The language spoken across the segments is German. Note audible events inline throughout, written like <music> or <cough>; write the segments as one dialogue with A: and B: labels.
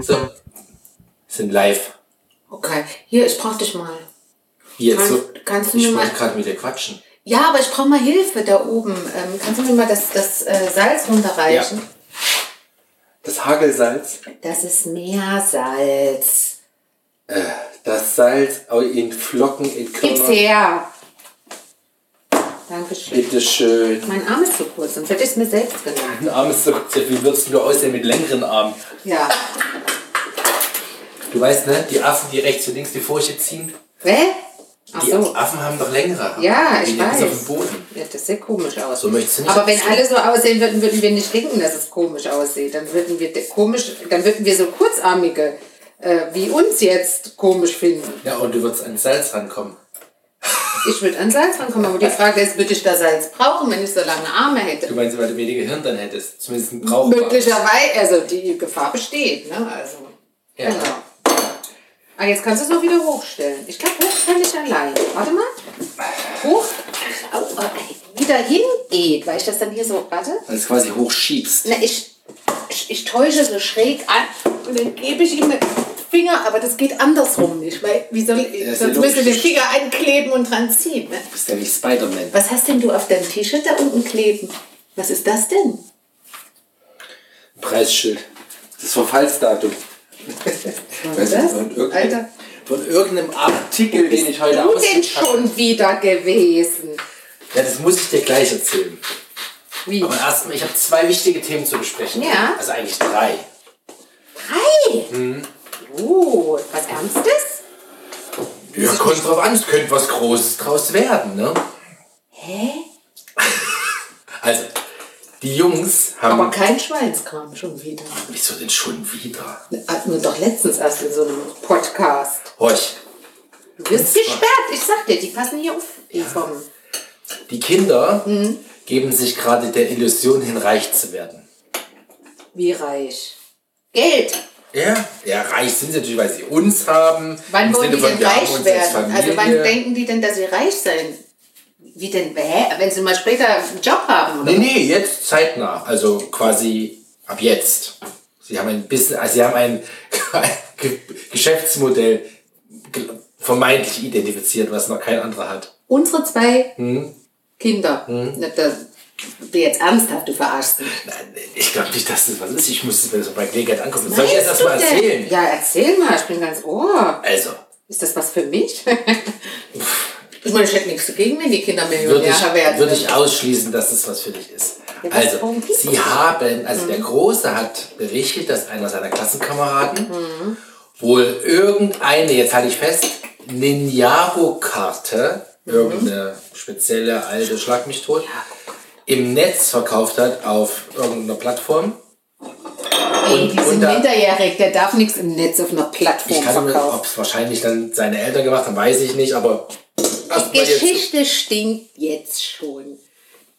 A: So, sind live.
B: Okay, hier, ich brauch dich mal.
A: Hier,
B: Kann-
A: so,
B: kannst du
A: ich
B: mir mal-
A: wollte gerade mit dir quatschen.
B: Ja, aber ich brauche mal Hilfe da oben. Ähm, kannst du mir mal das, das äh, Salz runterreichen?
A: Das Hagelsalz,
B: Das ist Meersalz.
A: das Salz oh, in Flocken, in
B: Gib's
A: Körner.
B: her. Dankeschön.
A: Bitteschön.
B: Mein Arm ist zu kurz, sonst hätte ich es mir selbst genommen.
A: Ein Arm ist so kurz. Wie würdest du aussehen mit längeren Armen?
B: Ja.
A: Du weißt, ne? Die Affen, die rechts und links die Furche ziehen.
B: Hä? Ach
A: Die
B: so.
A: Affen haben doch längere Haare.
B: Ja,
A: Die
B: ich
A: liegen
B: weiß.
A: so auf dem Boden.
B: Ja, das sieht komisch aus.
A: So möchtest du nicht
B: Aber wenn
A: aussehen.
B: alle so aussehen würden, würden wir nicht denken, dass es komisch aussieht. Dann würden wir de- komisch, dann würden wir so kurzarmige äh, wie uns jetzt komisch finden.
A: Ja, und du würdest ans Salz rankommen.
B: Ich würde an Salz rankommen, aber die Frage ist, würde ich da Salz brauchen, wenn ich so lange Arme
A: Du
B: hätte?
A: meinst, weil du weniger Hirn dann hättest. Zumindest ein Brauch.
B: Möglicherweise, also die Gefahr besteht, ne? Also.
A: Ja.
B: Genau. Ah, jetzt kannst du es noch wieder hochstellen. Ich glaube, hoch kann ich allein. Warte mal. Hoch. Au, au, ey. wieder hingeht, weil ich das dann hier so, warte.
A: Weil du es quasi hochschiebst.
B: Na, ich, ich, ich täusche so schräg an und dann gebe ich ihm den Finger, aber das geht andersrum nicht, weil wie soll ich,
A: Ja, ist ja
B: sonst müsste den
A: logisch.
B: Finger ankleben und dran ziehen. Ne?
A: Du bist ja wie Spider-Man.
B: Was hast denn du auf deinem T-Shirt da unten kleben? Was ist das denn?
A: Preisschild. Das Verfallsdatum.
B: ist das?
A: Von irgendeinem,
B: Alter.
A: von irgendeinem Artikel, den ich heute
B: Du denn
A: ausgepackt habe.
B: schon wieder gewesen?
A: Ja, das muss ich dir gleich erzählen.
B: Wie?
A: Aber erstmal, ich habe zwei wichtige Themen zu besprechen.
B: Ja.
A: Also eigentlich drei.
B: Hi!
A: Mhm.
B: Oh, was Ernstes?
A: Ja, kommt drauf an, es könnte was Großes draus werden, ne?
B: Hä?
A: <laughs> Also, die Jungs haben.
B: Aber kein Schweinskram schon wieder.
A: Wieso denn schon wieder?
B: Hatten wir doch letztens erst in so einem Podcast.
A: Horch,
B: Du wirst gesperrt, ich sag dir, die passen hier auf. Die vom
A: die Kinder geben sich gerade der Illusion hin, reich zu werden.
B: Wie reich? Geld.
A: Ja, ja, reich sind sie natürlich, weil sie uns haben.
B: Wann
A: Im
B: wollen
A: Sinne
B: die
A: von,
B: denn
A: wir haben
B: reich
A: uns als
B: werden? Also wann
A: Familie-
B: denken die denn, dass sie reich sein? Wie denn, hä? Wenn sie mal später einen Job haben? Oder?
A: Nee, nee, jetzt zeitnah. Also quasi ab jetzt. Sie haben ein bisschen, also sie haben ein <laughs> Ge- Geschäftsmodell ge- vermeintlich identifiziert, was noch kein anderer hat.
B: Unsere zwei
A: Hm.
B: Kinder. Nicht, dass du jetzt ernsthaft, du verarschst mich.
A: Nein, Ich glaube nicht, dass das was ist. Ich muss es mir das bei Gelegenheit angucken.
B: Was
A: Soll ich
B: meinst
A: das erstmal
B: du denn?
A: erzählen?
B: Ja, erzähl mal, ich bin ganz ohr.
A: Also,
B: Ist das was für mich? ich meine, ich hätte nichts dagegen, wenn die Kinder
A: würde
B: Millionäre
A: ich,
B: werden.
A: würde ich ausschließen, dass es was für dich ist.
B: Ja, was-
A: Also,
B: warum geht's
A: sie
B: denn?
A: haben, also
B: Mhm.
A: der Große hat berichtet, dass einer seiner Klassenkameraden wohl irgendeine, jetzt halte ich fest, Ninjago-Karte,
B: Mhm.
A: irgendeine spezielle alte Schlag mich tot,
B: oh
A: im Netz verkauft hat auf irgendeiner Plattform.
B: Ey, die sind
A: und da-
B: minderjährig, der darf nichts im Netz auf einer Plattform
A: Ich kann mir,
B: verkaufen.
A: ob es wahrscheinlich dann seine Eltern gemacht haben, weiß ich nicht, aber erst mal jetzt-
B: Geschichte stinkt jetzt schon.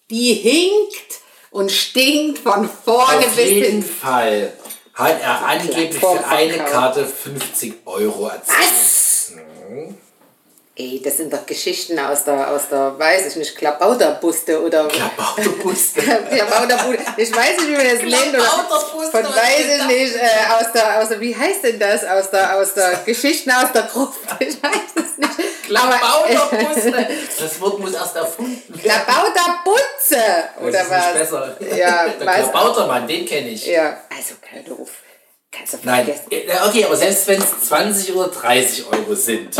B: Die hinkt und stinkt von vorne
A: Auf
B: bis
A: jeden
B: hin.
A: Fall hat er angeblich für eine
B: Plattformverkauf.
A: Karte 50 Euro erzielt.
B: Was? Ey, das sind doch Geschichten aus der, aus der weiß ich nicht, Klabauterbuste oder. <laughs>
A: Klabauterbuste.
B: Klabauterbuste. Ich weiß nicht, wie man das nennt. Oder
A: Klabauterbuste
B: von
A: und
B: weiß ich nicht, äh, aus, der, aus der, wie heißt denn das? Aus der, aus der Geschichten aus der Gruft. <laughs> Ich weiß es nicht. äh, <laughs>
A: Klabauterbuste. Das Wort muss erst erfunden werden.
B: Klabauterbutze! Oder
A: das ist
B: was?
A: Nicht besser.
B: Ja,
A: <laughs> Der
B: weiß-
A: Klabautermann, den kenne ich.
B: Ja, also kein Doof. Kannst du
A: Nein,
B: vergessen.
A: ja, okay, aber selbst wenn es 20 oder 30 Euro sind.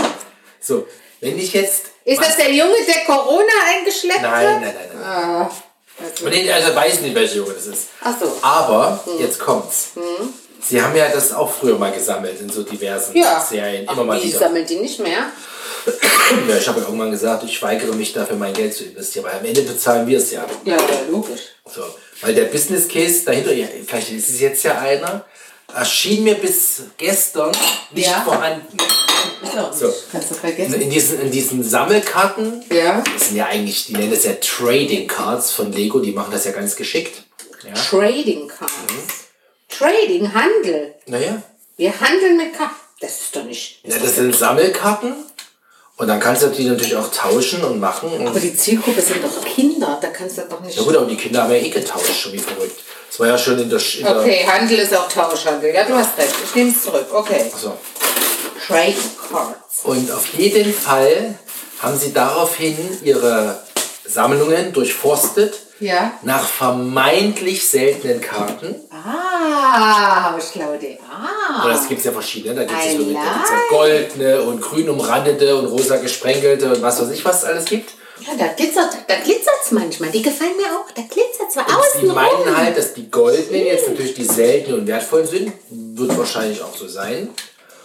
A: So, wenn ich jetzt...
B: Ist das der Junge, der Corona eingeschleppt
A: Nein, nein,
B: hat?
A: nein. nein.
B: Ah,
A: Und den, also weiß ich nicht, welcher Junge das ist.
B: Ach so.
A: Aber
B: Hm.
A: jetzt kommt's. Sie haben ja das auch früher mal gesammelt in so diversen
B: Ja.
A: Serien.
B: Ach,
A: Immer mal
B: die
A: wieder.
B: sammeln die nicht mehr.
A: Ja, ich habe ja irgendwann gesagt, ich weigere mich dafür, mein Geld zu investieren, weil am Ende bezahlen wir es ja.
B: Ja, ja, logisch.
A: So, weil der Business Case dahinter, ja, vielleicht ist es jetzt ja einer, erschien mir bis gestern nicht
B: Ja.
A: vorhanden. So.
B: Kannst du vergessen.
A: In diesen, in diesen Sammelkarten,
B: Ja.
A: das sind ja eigentlich, die nennen das ja Trading Cards von Lego, die machen das ja ganz geschickt. Ja. Mhm.
B: Trading Cards. Trading, Handel.
A: Naja,
B: Wir handeln mit Karten. Das ist doch nicht.
A: ja, das sind Sammelkarten Und dann kannst du die natürlich auch tauschen und machen. Und
B: Aber die Zielgruppe sind doch Kinder, da kannst du doch nicht.
A: ja gut, aber die Kinder haben ja eh getauscht, schon wie verrückt. Das war ja schon in der... Sch- In der
B: Okay, Handel ist auch Tauschhandel. Ja, du hast recht. Ich nehme es zurück. Okay.
A: so.
B: Trade Cards.
A: Und auf jeden Fall haben sie daraufhin ihre Sammlungen durchforstet
B: Ja.
A: nach vermeintlich seltenen Karten.
B: Ah, schlau dir. Ah.
A: Oder es gibt ja verschiedene, ne? da gibt es
B: I
A: so da gibt's ja
B: like.
A: goldene und grün umrandete und rosa gesprenkelte und was weiß ich, was es alles gibt.
B: Ja, da glitzert da glitzert's manchmal. Die gefallen mir auch. Da glitzert zwar
A: Sie
B: außen
A: meinen
B: rum.
A: halt, dass die goldenen jetzt natürlich die seltenen und wertvollen sind. Wird wahrscheinlich auch so sein.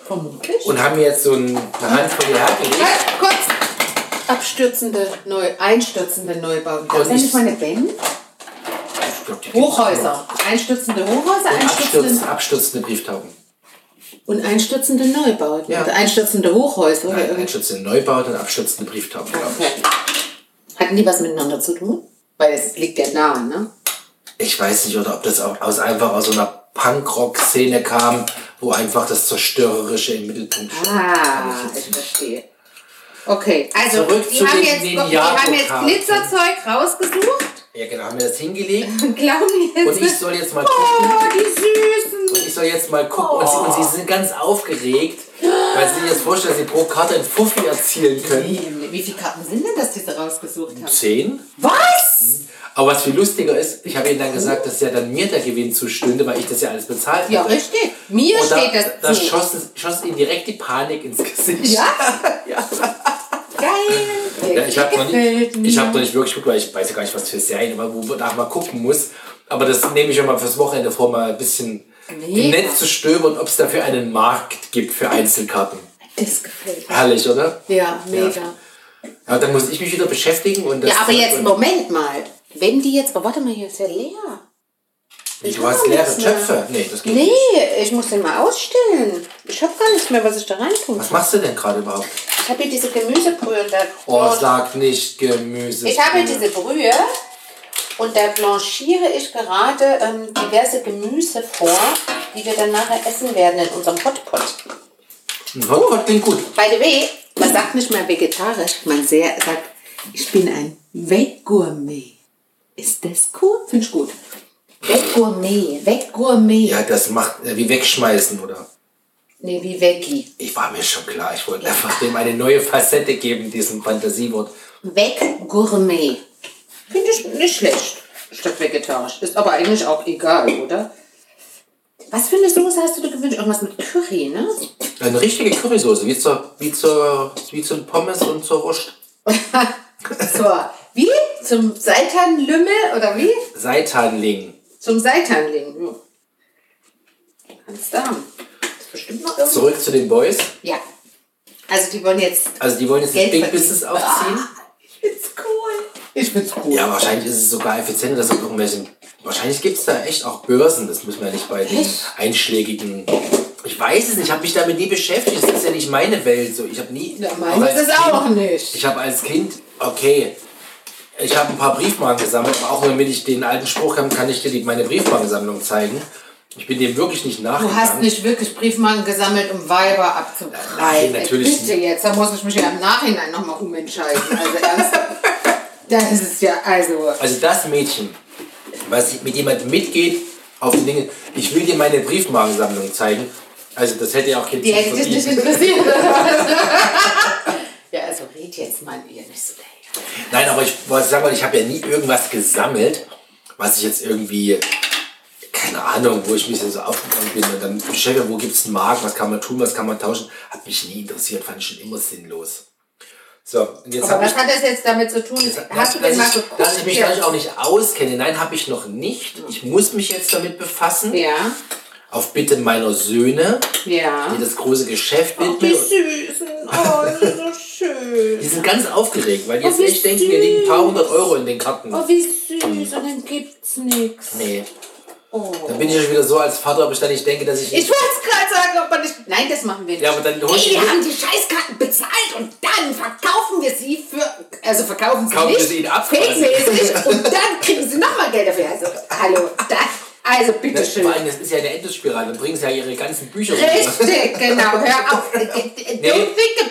B: Vermutlich.
A: Und haben jetzt so ein- eine Handvoll hergelegt.
B: Halt, kurz. Abstürzende, neu, einstürzende Neubauten.
A: Und ich-
B: Das sind nicht meine Band.
A: Ich glaub, die-
B: Hochhäuser. Einstürzende Hochhäuser,
A: Und Abstürz,
B: einstürzende
A: abstürzende Brieftauben.
B: und einstürzende Neubauten.
A: Ja.
B: Oder einstürzende Hochhäuser oder
A: Nein,
B: irgendwie.
A: Einstürzende Neubauten und abstürzende Brieftauben, glaube ich.
B: Okay. Hatten die was miteinander zu tun? Weil es liegt ja nahe, ne?
A: ich weiß nicht, oder ob das auch aus, einfach aus so einer Punkrock-Szene kam, wo einfach das Zerstörerische im Mittelpunkt stand.
B: Ah,
A: Kann ich
B: ich
A: jetzt nicht.
B: verstehe. Okay, also
A: Zurück
B: die,
A: zu
B: haben
A: den
B: jetzt, die
A: Linear-Pokalen.
B: haben jetzt Glitzerzeug rausgesucht <laughs>
A: Ja, genau, haben wir das hingelegt.
B: und glauben jetzt.
A: Und ich soll jetzt mal gucken.
B: oh, die Süßen!
A: Ich soll jetzt mal gucken. Und, sie, und sie sind ganz aufgeregt, weil sie sich jetzt vorstellen, dass sie pro Karte ein Fuffi erzielen können.
B: Wie, wie viele Karten sind denn das, die sie rausgesucht haben?
A: Zehn?
B: Was?
A: Aber was viel lustiger ist, ich habe ihnen dann gesagt, dass ja dann mir der Gewinn zustünde, weil ich das ja alles bezahlt habe.
B: Ja, richtig. Mir
A: Und da,
B: steht das
A: da
B: zu.
A: schoss, es- schoss ihnen direkt die Panik ins Gesicht.
B: Ja? Geil!
A: Ja, ich habe noch,
B: Gefällt
A: nicht-
B: mir.
A: ich hab noch nicht wirklich geguckt, weil ich weiß ja gar nicht, was für Serien, aber wo man da mal gucken muss. Aber das nehme ich ja mal fürs Wochenende vor, mal ein bisschen im
B: Mega.
A: Netz zu stöbern, ob es dafür einen Markt gibt für Einzelkarten.
B: Das gefällt mir.
A: Herrlich, oder?
B: Ja, mega.
A: Ja, dann muss ich mich wieder beschäftigen und das.
B: Ja, aber jetzt,
A: und,
B: Moment mal. Wenn die jetzt, oh, warte mal, hier ist ja leer.
A: nee,
B: ich
A: Du hast
B: hab
A: leere
B: nichts mehr.
A: Töpfe. Nee, das geht
B: Nee,
A: nicht.
B: ich muss den mal ausstellen. Ich habe gar nichts mehr, was ich da rein tun
A: Was
B: kann.
A: machst du denn gerade überhaupt?
B: Ich habe hier diese Gemüsebrühe da.
A: Oh, sag nicht Gemüse.
B: ich habe hier diese Brühe und da blanchiere ich gerade ähm, diverse Gemüse vor, die wir dann nachher essen werden in unserem Hotpot.
A: Ein Hotpot Hm, oh, klingt gut.
B: By the way, man sagt nicht mal vegetarisch, man sehr sagt, ich bin ein Weggourmet. Ist das cool? Finde ich gut. Weggourmet, Weggourmet.
A: Ja, das macht äh, wie wegschmeißen, oder?
B: Nee, wie Veggie.
A: Ich war mir schon klar, ich wollte einfach dem eine neue Facette geben, diesem Fantasiewort.
B: Weg Gourmet. Finde ich nicht schlecht. Statt vegetarisch. Ist aber eigentlich auch egal, oder? Was für eine Soße hast du dir gewünscht? Irgendwas mit Curry, ne? <laughs>
A: Eine richtige Currysoße, wie zur, wie zur, wie zur Pommes und zur Wurst.
B: So, wie? Zum Seitanlümmel oder wie?
A: Seitanling.
B: Zum Seitanling. Hm. Ganz da. Ist bestimmt noch irgendwas.
A: Zurück zu den Boys.
B: Ja. Also die wollen jetzt
A: Also die wollen jetzt
B: Geld
A: das Big
B: verdienen.
A: Business aufziehen.
B: Ah, ich find's cool. Ich find's cool.
A: Ja, wahrscheinlich ist es sogar effizienter, dass auf irgendwelchen. Wahrscheinlich gibt es da echt auch Börsen. Das müssen wir nicht bei den
B: Echt?
A: einschlägigen. Ich weiß es nicht, ich habe mich damit nie beschäftigt. Das ist ja nicht meine Welt. So. Ich habe nie.
B: Ja, meine
A: aber als
B: ist es
A: Kind-
B: auch nicht.
A: Ich habe als Kind, okay, ich habe ein paar Briefmarken gesammelt, aber auch damit ich den alten Spruch habe, kann ich dir die, meine Briefmarkensammlung zeigen. Ich bin dem wirklich nicht
B: Du
A: nachgegangen.
B: hast nicht wirklich Briefmarken gesammelt, um Weiber
A: Nein,
B: abzutreiben.
A: natürlich
B: Bitte jetzt, da muss ich mich ja im Nachhinein nochmal umentscheiden. Also ernsthaft. Das ist ja, also.
A: Also das Mädchen, was mit jemand mitgeht auf die Dinge, ich will dir meine Briefmarkensammlung zeigen. Also das hätte ja auch kein
B: Die
A: Ziel
B: hätte dich nicht
A: verdient.
B: interessiert. <laughs> ja, also red jetzt mal ihr nicht so daher.
A: Nein, aber ich wollte sagen, weil ich habe ja nie irgendwas gesammelt, was ich jetzt irgendwie, keine Ahnung, wo ich mich so aufgegangen bin und dann beschäftigt, wo gibt es einen Markt, was kann man tun, was kann man tauschen, hat mich nie interessiert, fand ich schon immer sinnlos. So, und jetzt
B: Aber
A: habe ich
B: was hat das jetzt damit zu tun? Hast du
A: dass,
B: denn mal
A: ich,
B: geguckt?
A: dass ich mich
B: ja.
A: dadurch auch nicht auskenne. Nein, habe ich noch nicht. Ich muss mich jetzt damit befassen.
B: Hm. ja,
A: Auf Bitte meiner Söhne,
B: ja.
A: die das große Geschäft
B: Ach, die
A: widmen.
B: Süßen. Oh, die sind so schön.
A: Die sind ganz aufgeregt, weil die jetzt
B: Oh, wie
A: echt denken, hier liegen ein paar hundert Euro in den Karten.
B: Oh, wie süß. Und dann gibt's nichts.
A: Nee.
B: Oh.
A: Dann bin ich schon wieder so als Vater, ob ich dann nicht denke, dass ich.
B: Ich wollte es gerade sagen, ob man nicht. Nein, das machen wir nicht.
A: Ja, aber dann hol
B: Ey,
A: ich-
B: wir haben die Scheißkarten bezahlt und dann verkaufen wir sie für. Also verkaufen sie
A: Kaufen wir
B: nicht.
A: sie ihnen ab, quasi.
B: Fake-mäßig. Und dann kriegen sie nochmal Geld dafür. Also, hallo. Das, Also
A: Das, vor
B: bitteschön.
A: allem, das ist ja eine Endlosspirale. Dann bringen sie ja ihre ganzen Bücher rüber.
B: Richtig, genau.
A: <laughs>
B: Hör auf. äh, Don't think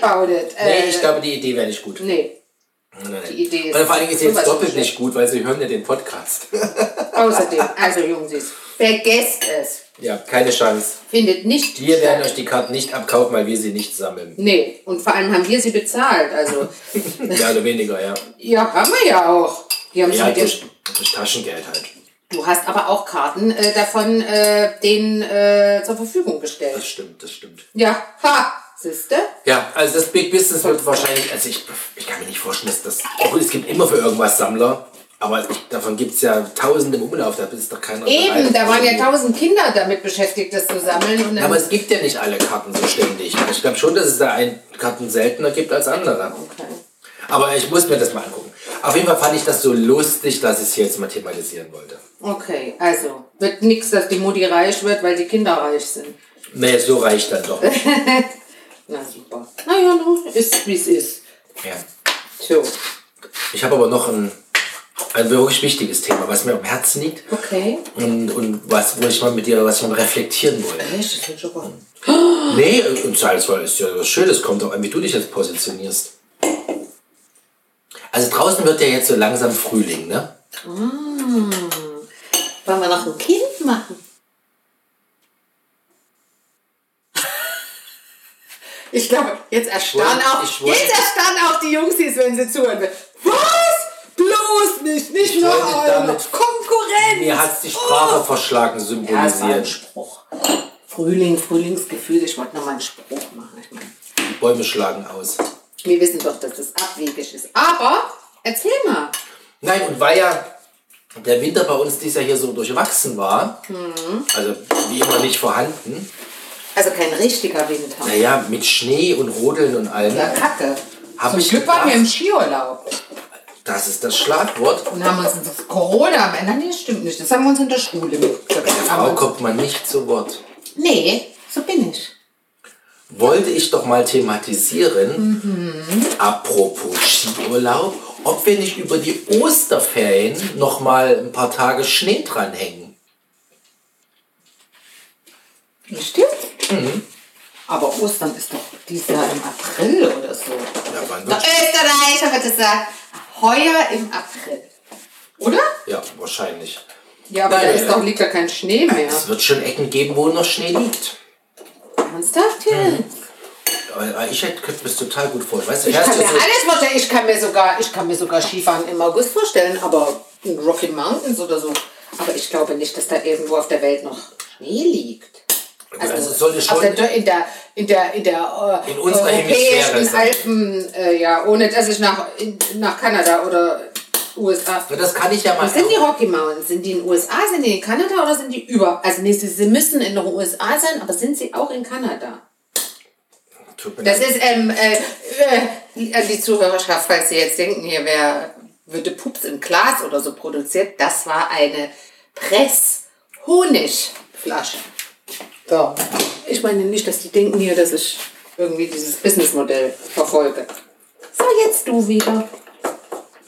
B: about it.
A: Nee, ich
B: Äh,
A: glaube, die Idee wäre nicht gut.
B: nee.
A: Nein, nein.
B: Die Idee ist
A: Und vor allem ist sie jetzt
B: sowas
A: doppelt
B: von
A: nicht gut, weil sie hören ja den Podcast.
B: Außerdem, also Jungs, vergesst es.
A: ja, keine Chance.
B: Findet nicht
A: Wir
B: statt.
A: werden euch die Karten nicht abkaufen, weil wir sie nicht
B: <laughs>
A: sammeln.
B: Nee, und vor allem haben wir sie bezahlt.
A: <laughs>
B: Also,
A: Mehr oder weniger, ja.
B: ja, haben wir ja auch. Die haben sie
A: Ja,
B: mit dir
A: durch, durch Taschengeld halt.
B: Du hast aber auch Karten äh, davon äh, denen äh, zur Verfügung
A: Das
B: gestellt.
A: stimmt, das stimmt.
B: Ja, ha, siehste?
A: Ja, also das Big Business wird wahrscheinlich, also ich, ich kann mir nicht vorstellen, dass das, obwohl es gibt immer für irgendwas Sammler, aber ich, davon gibt es ja tausende im Umlauf, da ist doch keiner
B: Eben,
A: bereit.
B: da waren ja tausend Kinder damit beschäftigt, das zu sammeln. Und
A: Ja,
B: dann,
A: Aber es gibt ja nicht alle Karten so ständig. Ich glaube schon, dass es da ein Karten seltener gibt als andere.
B: okay.
A: Aber ich muss mir das mal angucken. Auf jeden Fall fand ich das so lustig, dass ich es hier jetzt mal thematisieren wollte.
B: okay, also wird nichts, dass die Mutti reich wird, weil die Kinder reich sind.
A: Nee, so reicht dann doch. nicht.
B: Na super. Naja, nun, ist wie es ist.
A: Ja.
B: So.
A: Ich habe aber noch ein, ein wirklich wichtiges Thema, was mir am Herzen liegt
B: Okay.
A: und, und was, wo ich mal mit dir was mal reflektieren wollte.
B: Hey, das ist schon
A: Nee, im Zweifelsfall ist ja was Schönes, kommt doch an, wie du dich jetzt positionierst. Also draußen wird ja jetzt so langsam Frühling, ne?
B: Wollen wir noch ein Kind machen? <laughs> Ich glaube, jetzt erstarren
A: wollte-
B: auch,
A: ich wollte-
B: jetzt erstarren auch die Jungsies, wenn sie zuhören. Was? Bloß nicht, nicht
A: wollte
B: noch eure
A: damit-
B: Konkurrenz.
A: Mir hat's die Sprache verschlagen
B: ja, es war ein
A: symbolisiert.
B: Spruch. Frühling, Frühlingsgefühl, ich wollte nochmal einen Spruch machen. Ich meine,
A: Bäume schlagen aus.
B: wir wissen doch, dass das abwegig ist. Aber erzähl mal.
A: Nein, und weil ja der Winter bei uns dieses Jahr hier so durchwachsen war,
B: Mhm.
A: also wie immer nicht vorhanden,
B: Also kein richtiger Winter.
A: naja, mit Schnee und Rodeln und allem,
B: Ja, Kacke.
A: Hab
B: Zum
A: ich
B: Glück waren
A: gedacht.
B: wir im Skiurlaub.
A: das ist das Schlagwort.
B: Und haben uns das Corona am Ende, nee, stimmt nicht. Das haben wir uns in der Schule
A: Bei der
B: mitgebracht.
A: Frau
B: Aber-
A: kommt man nicht zu Wort.
B: Nee, so bin ich.
A: wollte ich doch mal thematisieren, apropos Skiurlaub, ob wir nicht über die Osterferien noch mal ein paar Tage Schnee dranhängen.
B: Stimmt.
A: Mhm.
B: Aber Ostern ist doch dieses Jahr im April oder so.
A: Ja, wann
B: Der
A: wird's?
B: Österreicher wird es sagen. Heuer im April. Oder?
A: Ja, wahrscheinlich.
B: Ja, aber
A: Nein,
B: da
A: nein,
B: ist
A: nein.
B: doch, liegt ja kein Schnee mehr.
A: Es wird schon Ecken geben, wo noch Schnee liegt.
B: Ernsthaft jetzt?
A: Mhm. Aber Äh, Ich hätte, könnte mir das total gut vorstellen. Weißt du,
B: Ich kann
A: fährst
B: mir
A: du so,
B: alles vorstellen. Ich kann mir sogar, ich kann mir sogar Skifahren im August vorstellen, aber in Rocky Mountains oder so. Aber ich glaube nicht, dass da irgendwo auf der Welt noch Schnee liegt.
A: gut, also es sollte
B: auf
A: schon-
B: der, Dö- in der in der in der äh,
A: In unserer Hemisphäre
B: europäischen
A: sein.
B: Alpen äh, ja, ohne dass ich nach in, nach Kanada oder USA.
A: Ja, das kann ich ja mal.
B: Was sind die Rocky Mountains? Sind die in den USA? Sind die in Kanada oder sind die über? Also nee, sie, sie müssen in den USA sein, aber sind sie auch in Kanada?
A: Tut mir
B: Das
A: leid.
B: ist, ähm, äh, äh, an die Zuhörerschaft, falls Sie jetzt denken, hier wäre, würde Pups im Glas oder so produziert, das war eine Press-Honigflasche. So. Ich meine nicht, dass die denken hier, dass ich irgendwie dieses Businessmodell verfolge. So, jetzt du wieder.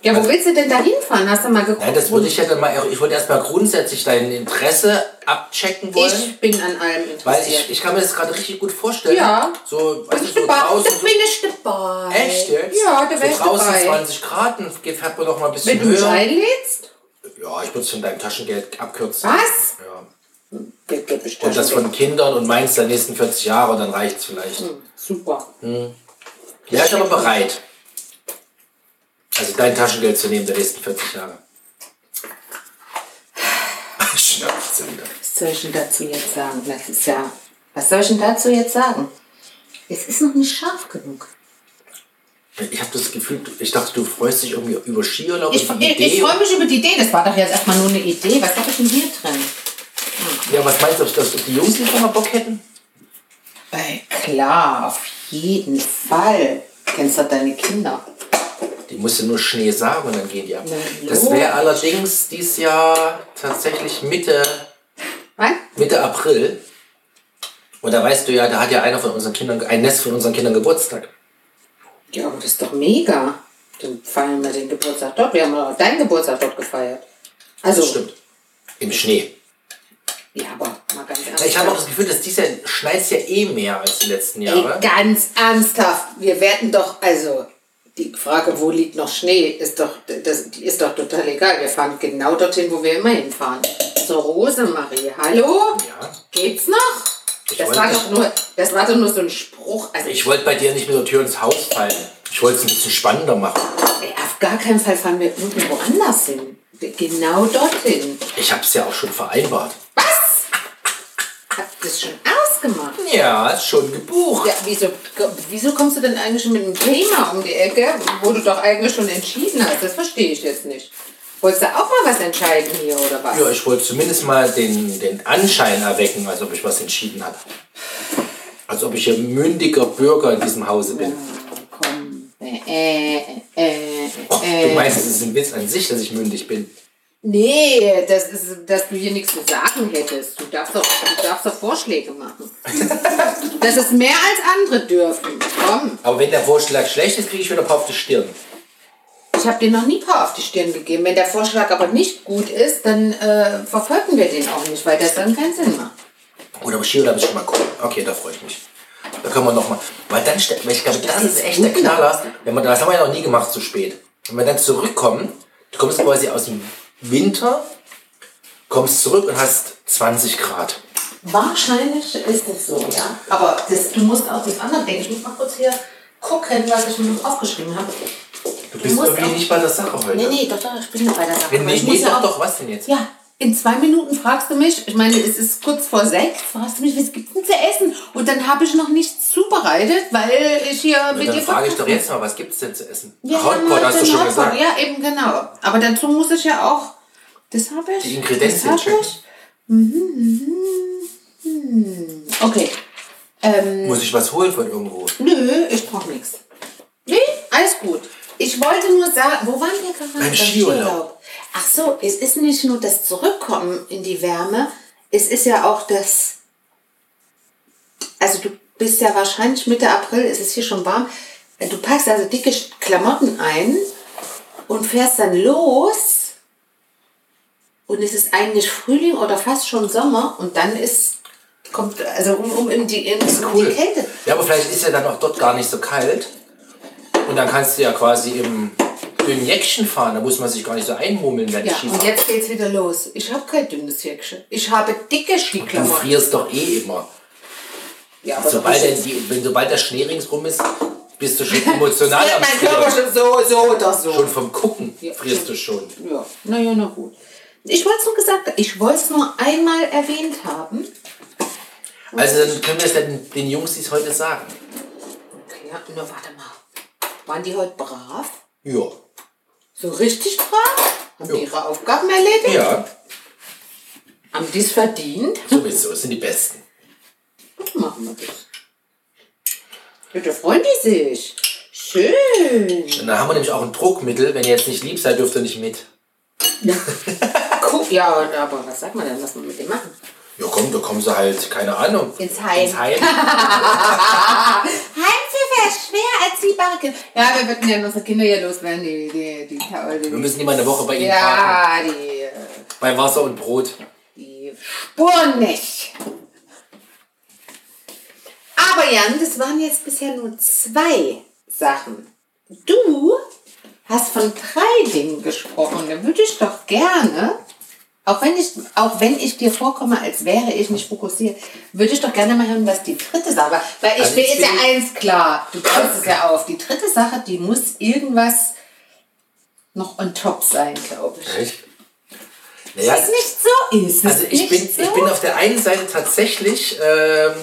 B: Ja, wo willst du denn da hinfahren? Hast du mal geguckt?
A: Also- Nein, das würde ich ja dann mal. Ich würde erstmal grundsätzlich dein Interesse abchecken wollen.
B: Ich bin an allem interessiert.
A: weil ich, ich kann mir das gerade richtig gut vorstellen.
B: Ja.
A: So, weißt du,
B: Bist du
A: so
B: dabei?
A: draußen.
B: Da bin ich dabei.
A: Echt jetzt?
B: Ja, da wärst
A: so
B: du
A: draußen
B: dabei.
A: 20 Grad, dann geht- fährt man doch mal ein bisschen
B: Wenn du mich
A: höher.
B: einlädst?
A: Ja, ich würde es von deinem Taschengeld abkürzen.
B: Was?
A: Ja.
B: Der gibt bestimmt
A: Und das von Kindern und meins der nächsten 40 Jahre, dann reicht es vielleicht.
B: Hm. Super.
A: Wäre ich aber bereit. Also dein Taschengeld zu nehmen der nächsten 40 <laughs> Jahre. Schnauze wieder.
B: Was soll ich denn dazu jetzt sagen? Das ist ja. Was soll ich denn dazu jetzt sagen? Es ist noch nicht scharf genug.
A: Ich habe das Gefühl, du- ich dachte, du freust dich irgendwie über Skiurlaub
B: Ich,
A: und die
B: ich, ich
A: Idee.
B: freue mich über die Idee. Das war doch jetzt erstmal nur eine Idee. Was habe ich denn hier drin?
A: Ja, was meinst du, ob das- ob die Jungs nicht nochmal Bock hätten?
B: Äh, klar, auf jeden Fall. Kennst du deine Kinder?
A: Die musste nur Schnee sagen und dann gehen die ab.
B: Na,
A: Das
B: jo.
A: wäre allerdings dieses Jahr tatsächlich Mitte,
B: Nein?
A: Mitte April. Und da weißt du ja, da hat ja einer von unseren Kindern, ein Nest von unseren Kindern Geburtstag.
B: Ja, aber das ist doch mega. Dann feiern wir den Geburtstag dort. Wir haben auch deinen Geburtstag dort gefeiert. Also,
A: Stimmt. Im Schnee.
B: Ja, aber mal ganz ernsthaft.
A: Ja, ich habe auch das Gefühl, dass dies Jahr schneit ja eh mehr als die letzten
B: Ey,
A: Jahre.
B: ganz ernsthaft, wir werden doch, also die Frage, wo liegt noch Schnee, ist doch, das die ist doch total egal. Wir fahren genau dorthin, wo wir immer hinfahren. So, Rosemarie, hallo?
A: Ja.
B: Geht's noch?
A: Ich
B: Das
A: wollte-
B: war, doch nur, das war doch nur so ein Spruch. Also
A: Ich wollte bei dir nicht mit der Tür ins Haus fallen. Ich wollte es ein bisschen spannender machen.
B: ey, auf gar keinen Fall fahren wir irgendwo anders hin. Wir- Genau dorthin.
A: Ich habe es ja auch schon vereinbart.
B: Was? Habt ihr das schon ausgemacht?
A: Ja, ist schon gebucht.
B: Ja, wieso, wieso kommst du denn eigentlich schon mit einem Thema um die Ecke, wo du doch eigentlich schon entschieden hast? Das verstehe ich jetzt nicht. Wolltest du auch mal was entscheiden hier oder was?
A: Ja, ich wollte zumindest mal den, den Anschein erwecken, als ob ich was entschieden habe. Als ob ich ein mündiger Bürger in diesem Hause bin.
B: Oh, Komm. Äh, äh, äh,
A: Och,
B: äh.
A: du meinst, es ist ein Witz an sich, dass ich mündig bin.
B: Nee, das ist, dass du hier nichts zu sagen hättest. Du darfst doch, du darfst doch Vorschläge
A: <laughs>
B: machen. das ist mehr als andere dürfen. Komm.
A: Aber wenn der Vorschlag schlecht ist, kriege ich wieder ein paar auf die Stirn.
B: Ich habe dir noch nie Paar auf die Stirn gegeben. Wenn der Vorschlag aber nicht gut ist, dann äh, verfolgen wir den auch nicht, weil das dann keinen Sinn macht.
A: Gut, aber Shiro, da muss ich schon mal gucken. Okay, da freue ich mich. Da können wir nochmal. Weil dann, ste- weil ich glaube, das ist echt der Knaller. Wenn man, das haben wir ja noch nie gemacht zu spät. Wenn wir dann zurückkommen, du kommst quasi aus dem Winter, kommst zurück und hast 20 Grad.
B: Wahrscheinlich ist es so, ja. Aber das, du musst auch das andere denken. Ich muss mal kurz hier gucken, was ich mir noch aufgeschrieben habe.
A: Du bist
B: musst
A: irgendwie
B: auch-
A: nicht bei der Sache heute.
B: Nee, nee, doch, doch, ich bin noch bei der Sache.
A: Wenn
B: Aber ich
A: nicht,
B: muss
A: nee,
B: ja
A: sag
B: auch-
A: doch, was denn jetzt?
B: Ja, in zwei Minuten fragst du mich, ich meine, es ist kurz vor sechs, fragst du mich, was gibt's denn zu essen? Und dann habe ich noch nichts zubereitet, weil ich hier
A: Und
B: mit
A: Also dann
B: dir
A: frage ich
B: verkackt
A: doch
B: bin.
A: jetzt mal, was gibt's denn zu essen?
B: Ja,
A: Hotpot
B: ja,
A: hast du
B: den
A: schon
B: Hotpot.
A: gesagt.
B: Ja, eben genau. Aber dazu muss ich ja auch, das habe ich.
A: Die Ingredienzien
B: das habe
A: checken.
B: ich. Mhm, mhm, mhm. Okay. Ähm,
A: Muss ich was holen von irgendwo?
B: Nö, ich brauche nichts. Nee, alles gut. Ich wollte nur sagen, wo waren wir gerade?
A: Beim
B: Beim
A: Skiurlaub.
B: Ach so, es ist nicht nur das Zurückkommen in die Wärme, es ist ja auch das. Also, du bist ja wahrscheinlich Mitte April, es ist hier schon warm. Du packst also dicke Klamotten ein und fährst dann los. Und es ist eigentlich Frühling oder fast schon Sommer und dann ist. Kommt also um, um in die, in, um die
A: Cool.
B: Kälte.
A: Ja, aber vielleicht ist ja dann auch dort gar nicht so kalt. Und dann kannst du ja quasi im dünnen Jäckchen fahren. Da muss man sich gar nicht so einmummeln, wenn
B: Ja,
A: ich
B: und
A: schieße.
B: jetzt geht's wieder los. Ich habe kein dünnes Jäckchen. Ich habe dicke
A: Du
B: Skiklamotten.
A: frierst doch eh immer.
B: Ja, aber
A: Sobald,
B: das
A: der,
B: ist-
A: die, wenn, sobald der Schnee ringsrum ist, bist du
B: <laughs>
A: schon emotional
B: friert
A: am
B: mein Körper
A: Frieren.
B: schon so, so oder so.
A: Schon vom Gucken
B: Ja.
A: frierst du schon.
B: Ja, naja, na gut. Ich wollte es nur gesagt, ich wollte es nur einmal erwähnt haben.
A: Also dann können wir es den, den Jungs, die es heute sagen.
B: Okay, ja, na warte mal. Waren die heute brav?
A: Ja.
B: So richtig brav? Haben die
A: Ja.
B: ihre Aufgaben erledigt?
A: Ja,
B: Haben die es verdient?
A: sowieso. Es sind die Besten.
B: Gut, machen wir das. Ja, da freuen die sich. Schön.
A: Und dann haben wir nämlich auch ein Druckmittel. Wenn ihr jetzt nicht lieb seid, dürft ihr nicht mit.
B: Guck, ja, aber was sagt man denn, was man mit dem machen?
A: Ja komm, da kommen sie halt, keine Ahnung.
B: Ins Heim.
A: Ins
B: <laughs>
A: Heim.
B: Heimtiefe schwer als die Barke. Ja, wir würden ja unsere Kinder hier loswerden, die, die, die Taul.
A: Wir
B: Die,
A: müssen immer eine Woche bei ihnen parken.
B: ja, die, äh,
A: Bei Wasser und Brot.
B: die Spuren nicht. Aber Jan, das waren jetzt bisher nur zwei Sachen. Du hast von drei Dingen gesprochen. Da würde ich doch gerne, auch wenn ich, auch wenn ich dir vorkomme, als wäre ich nicht fokussiert, würde ich doch gerne mal hören, was die dritte Sache war. Weil ich
A: Also
B: mir
A: ich
B: ist ja
A: bin-
B: eins klar, du baust es ja auf. Die dritte Sache, die muss irgendwas noch on top sein, glaube ich.
A: Echt? Naja,
B: Ist nicht so, ist es
A: also ich
B: nicht
A: bin,
B: so?
A: ich bin auf der einen Seite tatsächlich ähm,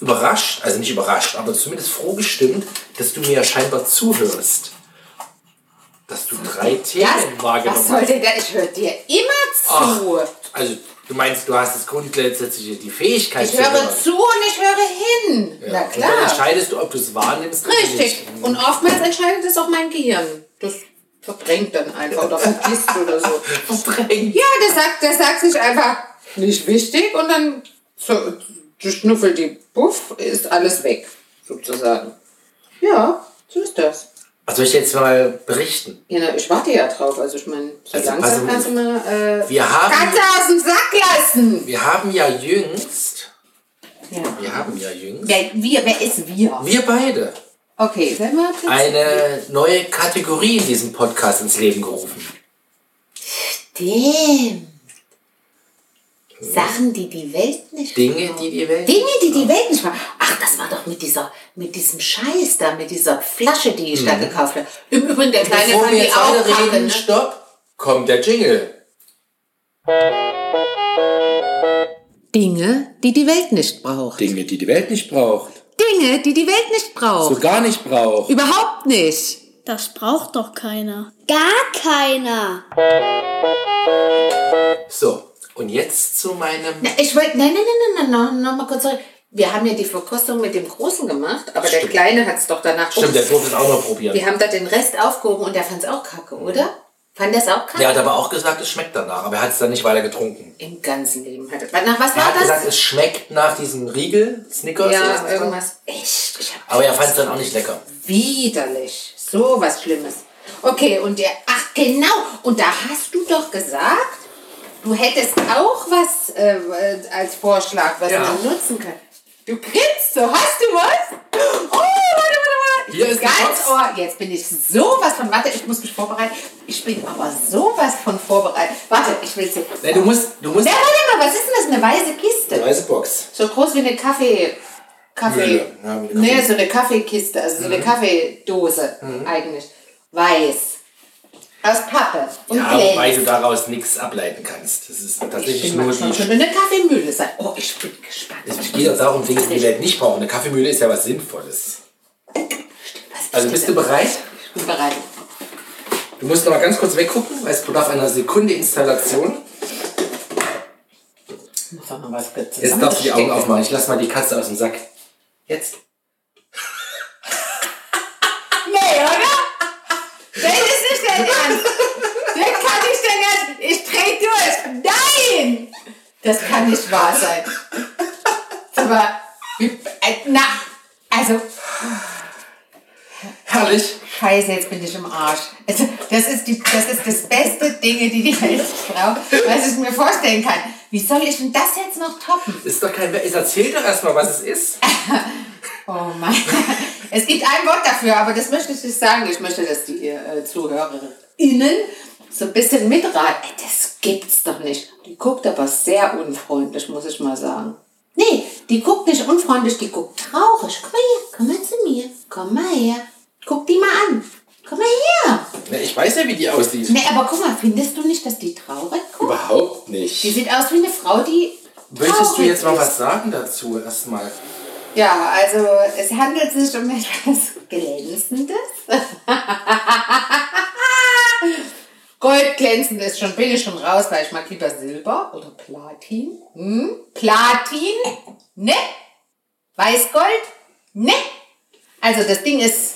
A: überrascht, also nicht überrascht, aber zumindest froh gestimmt, dass du mir ja scheinbar zuhörst. Dass du drei Themen
B: was
A: wahrgenommen
B: soll
A: hast.
B: denn da? Ich höre dir immer zu.
A: Also du meinst, du hast das grundsätzlich die Fähigkeit
B: ich höre zu und ich höre hin. Na
A: Und dann
B: klar.
A: entscheidest du, ob du es wahrnimmst oder
B: Richtig.
A: nicht.
B: Und oftmals entscheidet es auch mein Gehirn. Das verdrängt dann einfach oder vergisst oder so.
A: <laughs> Verdrängt.
B: Ja, der sagt, der sagt sich einfach nicht wichtig und dann so, die Schnuffel, die Puff, ist alles weg, sozusagen. Ja, so ist das.
A: Was soll ich jetzt mal berichten?
B: Ja, na, ich warte ja drauf. Also ich meine, so
A: Also,
B: langsam
A: pass auf.
B: kannst du mal äh,
A: Wir haben-
B: kannst du aus dem Sack lassen.
C: lassen.
A: Wir haben ja jüngst,
C: Ja.
A: wir haben ja jüngst,
C: Wer, wir, wer ist wir?
A: wir beide
C: Okay, wer war das?
A: eine neue Kategorie in diesem Podcast ins Leben gerufen.
B: Stimmt. Sachen, die die Welt nicht
A: Dinge, die die Welt.
B: Dinge, die die Welt nicht machen. Ach, das war doch mit dieser, mit diesem Scheiß da, mit dieser Flasche, die ich da gekauft habe. Im Übrigen, der kleine
A: Mhm. Bevor
B: fand
A: wir
B: die
A: jetzt
B: auch
A: alle
B: kacke,
A: reden,
B: ne?
A: stopp, kommt der Jingle.
B: Dinge, die die Welt nicht braucht.
D: Dinge, die die Welt nicht braucht.
B: Dinge, die die Welt nicht braucht.
D: So gar nicht braucht.
B: Überhaupt nicht.
E: Das braucht doch keiner.
F: Gar keiner.
A: So, und jetzt zu meinem.
B: Na, Ich wollte, nein, nein, nein, nein, nein, noch, noch mal kurz zurück. Wir haben ja die Verkostung mit dem Großen gemacht, aber der Kleine hat es doch danach
A: Stimmt, der durfte es auch noch probieren.
B: Wir haben da den Rest aufgehoben und der fand es auch kacke, oder? Fand das auch kacke?
A: Der hat aber auch gesagt, es schmeckt danach, aber er hat es dann nicht weiter getrunken.
B: Im ganzen Leben hatte. Nach was
A: Er
B: war
A: hat gesagt,
B: das?
A: es schmeckt nach diesem Riegel, Snickers oder
B: Ja,
A: was
B: irgendwas. Echt? Ich hab
A: Aber er fand es dann auch nicht lecker.
B: widerlich. So was Schlimmes. Okay, und der, ach genau, und da hast du doch gesagt, du hättest auch was äh, äh, als Vorschlag, was
A: Ja.
B: man nutzen kann. Du grinst so, hast du was? Oh, warte, warte, warte. Ich
A: Hier
B: bin
A: ist die
B: ganz
A: Box.
B: ohr. Jetzt bin ich sowas von, warte, ich muss mich vorbereiten. Ich bin aber sowas von vorbereitet. Warte, ich will sie.
A: Nee, du musst, du musst.
B: Ja, warte mal, was ist denn das? Eine weiße Kiste?
A: Weiße Box.
B: So groß wie eine Kaffee. Kaffee.
A: Mühle, ja, wie eine
B: nee,
A: Kaffee- Mhm.
B: so eine Kaffeekiste, also so eine Kaffeedose eigentlich. Weiß. Aus Pappe und
A: Ja,
B: Glas.
A: wobei du daraus nichts ableiten kannst. Das ist
B: Ich
A: tatsächlich
B: bin
A: nur
B: manchmal schon
A: die.
B: eine Kaffeemühle sein. Oh, ich bin gespannt.
A: Es geht auch darum, Dinge, die die Welt nicht brauchen. Eine Kaffeemühle ist ja was Sinnvolles.
B: Was
A: Also
B: ist
A: bist du
B: denn?
A: bereit?
B: Ich bin bereit.
A: Du musst noch mal ganz kurz weggucken, weil es bedarf einer Sekunde Installation.
B: Ich muss auch noch was
A: Jetzt darfst du die Augen aufmachen. Ich lass mal die Katze aus dem Sack. Jetzt.
B: Nee, oder? <laughs> Das ist nicht dein Ernst. Das kann nicht dein Ernst. Ich dreh durch. Nein! Das kann nicht wahr sein. Aber, wie- äh, na, also,
A: Herrlich.
B: Scheiße, jetzt bin ich im Arsch. Also, das ist, die, das ist das beste Dinge, die die Welt braucht, was ich mir vorstellen kann. Wie soll ich denn das jetzt noch toppen?
A: Ist doch kein. Ich erzähl doch erstmal, was es ist.
B: Oh Mann. Es gibt ein Wort dafür, aber das möchte ich nicht sagen. Ich möchte, dass die äh, ZuhörerInnen so ein bisschen mitraten. Ey, das gibt's doch nicht. Die guckt aber sehr unfreundlich, muss ich mal sagen. Nee, die guckt nicht unfreundlich, die guckt traurig. Komm mal her, komm mal zu mir. Komm mal her. Guck die mal an. Komm mal her.
A: Na, ich weiß ja, wie die aussieht.
B: Nee, aber guck mal, findest du nicht, dass die traurig guckt?
A: Überhaupt
B: Die
A: nicht.
B: sieht aus wie eine Frau, die.
A: Möchtest du
B: traurig
A: jetzt mal
B: ist.
A: was sagen dazu erstmal?
B: Ja, also es handelt sich um etwas <laughs> Glänzendes. Gold glänzend ist schon, bin ich schon raus, weil ich mag lieber Silber oder Platin. Hm? Platin? Ne? Weißgold? Ne? Also das Ding ist,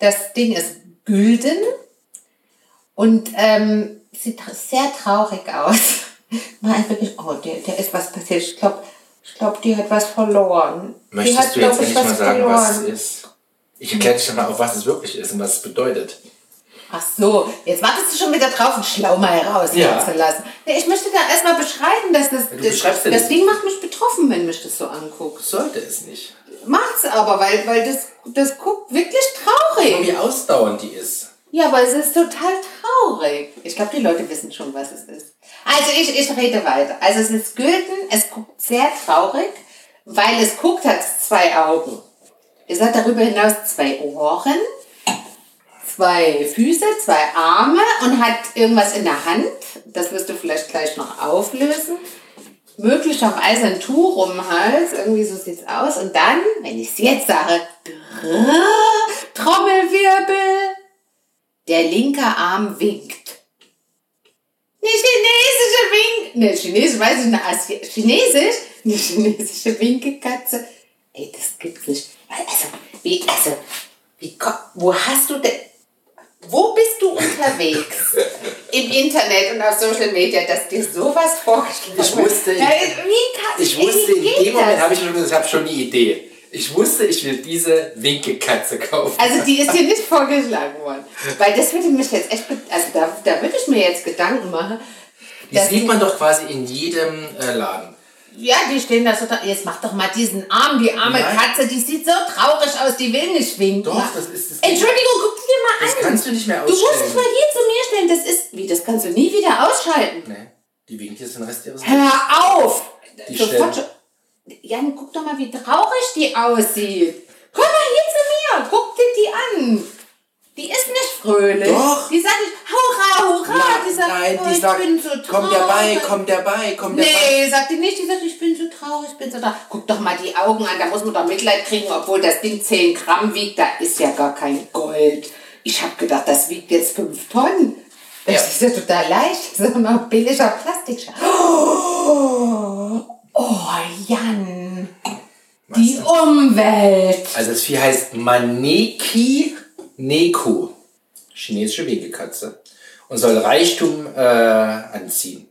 B: das Ding ist gülden und ähm, sieht tra- sehr traurig aus. <laughs> Mal wirklich, oh, der, der ist was passiert. Ich glaube, ich glaub, die hat was verloren. die hat,
A: Möchtest du
B: glaub
A: jetzt
B: ich,
A: endlich mal
B: was
A: sagen,
B: verloren.
A: was es ist? Ich erkläre dich nochmal auf, was es wirklich ist und was es bedeutet.
B: Ach so, jetzt wartest du schon wieder drauf, einen Schlaumeier rausgehen
A: Ja.
B: zu lassen. Nee, ich möchte da erstmal beschreiben, dass das, das,
A: beschreibst ja
B: das
A: nicht.
B: Ding macht mich betroffen, wenn mich das so anguckt.
A: Sollte es nicht.
B: Macht's aber, weil, weil das, das guckt wirklich
A: Und
B: traurig.
A: wie ausdauernd die ist.
B: Ja, aber es ist total traurig. Ich glaube, die Leute wissen schon, was es ist. Also ich, ich rede weiter. Also es ist Gülden, es guckt sehr traurig, weil es guckt, hat zwei Augen. Es hat darüber hinaus zwei Ohren, zwei Füße, zwei Arme und hat irgendwas in der Hand. Das wirst du vielleicht gleich noch auflösen. Möglicherweise ein Tuch um den Hals, irgendwie so sieht's aus. Und dann, wenn ich es jetzt sage, drrrr, Trommelwirbel. Der linke Arm winkt. Eine chinesische Wink. Ne, chinesisch weiß ich nicht. Asi Chinesisch? Eine chinesische Winkekatze. Ey, das gibt's nicht. Also, wie, also, wie, ko- wo hast du denn. Wo bist du unterwegs? Im Internet und auf Social Media, dass dir sowas vorgestellt
A: Ich wusste-
B: wird. Ja, Wie kann,
A: Ich
B: wie
A: wusste, in
B: geht
A: dem
B: das?
A: Moment habe ich schon gesagt, ich habe schon die Idee. Ich wusste, ich will diese winke Katze kaufen.
B: Also die ist dir nicht vorgeschlagen worden. Weil das würde mich jetzt echt, be- also da, da würde ich mir jetzt Gedanken machen.
A: Die
B: Das-
A: sieht man doch quasi in jedem äh, Laden.
B: Ja, die stehen da so da. Jetzt mach doch mal diesen Arm, die arme
A: Nein.
B: Katze, die sieht so traurig aus, die will nicht schwingen.
A: Doch, das ist- das-
B: Entschuldigung, guck die dir mal
A: Das
B: an.
A: kannst du nicht mehr
B: Du
A: ausstellen.
B: musst mal hier zu mir stellen, das ist. Wie, das kannst du nie wieder ausschalten.
A: Nee, die winkt jetzt den Rest ihres
B: Hör auf!
A: Die
B: Sofort
A: Stelle.
B: schon- Jan, guck doch mal, wie traurig die aussieht. Komm mal hier zu mir, guck dir die an. Die ist nicht fröhlich.
A: Doch.
B: Die sagt nicht, hurra, hurra. die sagt,
A: Nein,
B: oh,
A: die
B: ich
A: sagt,
B: bin so traurig.
A: komm dabei, komm dabei, komm dabei.
B: Nee, sagt die nicht, die sagt, ich bin so traurig, ich bin so traurig. Guck doch mal die Augen an, da muss man doch Mitleid kriegen, obwohl das Ding 10 Gramm wiegt, da ist ja gar kein Gold. Ich habe gedacht, das wiegt jetzt 5 Tonnen. Das
A: Ja.
B: ist ja total leicht, <laughs> das ist immer ein billiger Plastik. Oh, oh Jan, die Umwelt.
A: Also das Vieh heißt Maneki Neko, chinesische Wegekatze. Und soll Reichtum äh, anziehen.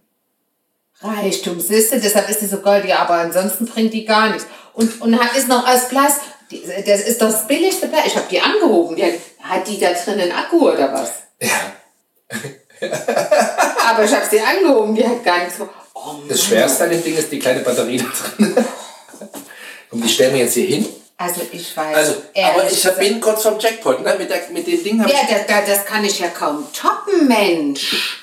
B: Reichtum, siehst du, deshalb ist die so goldig, aber ansonsten bringt die gar nichts. Und, und hat, ist noch aus Glas, die- das ist doch das billigste Blei. Ich habe die angehoben. Die hat, hat die da drin einen Akku oder was? Ja. <laughs> aber ich habe sie angehoben, die hat gar nichts. ge- Oh Mann.
A: Das Schwerste an dem Ding ist die kleine Batterie da drin. <laughs> Und die stellen wir jetzt hier hin.
B: Also ich weiß.
A: Also,
B: ehrlich
A: aber ich hab- bin kurz vom Jackpot, ne? Mit, der, mit dem Ding habe
B: Ja, das, das, das kann ich ja kaum toppen, Mensch.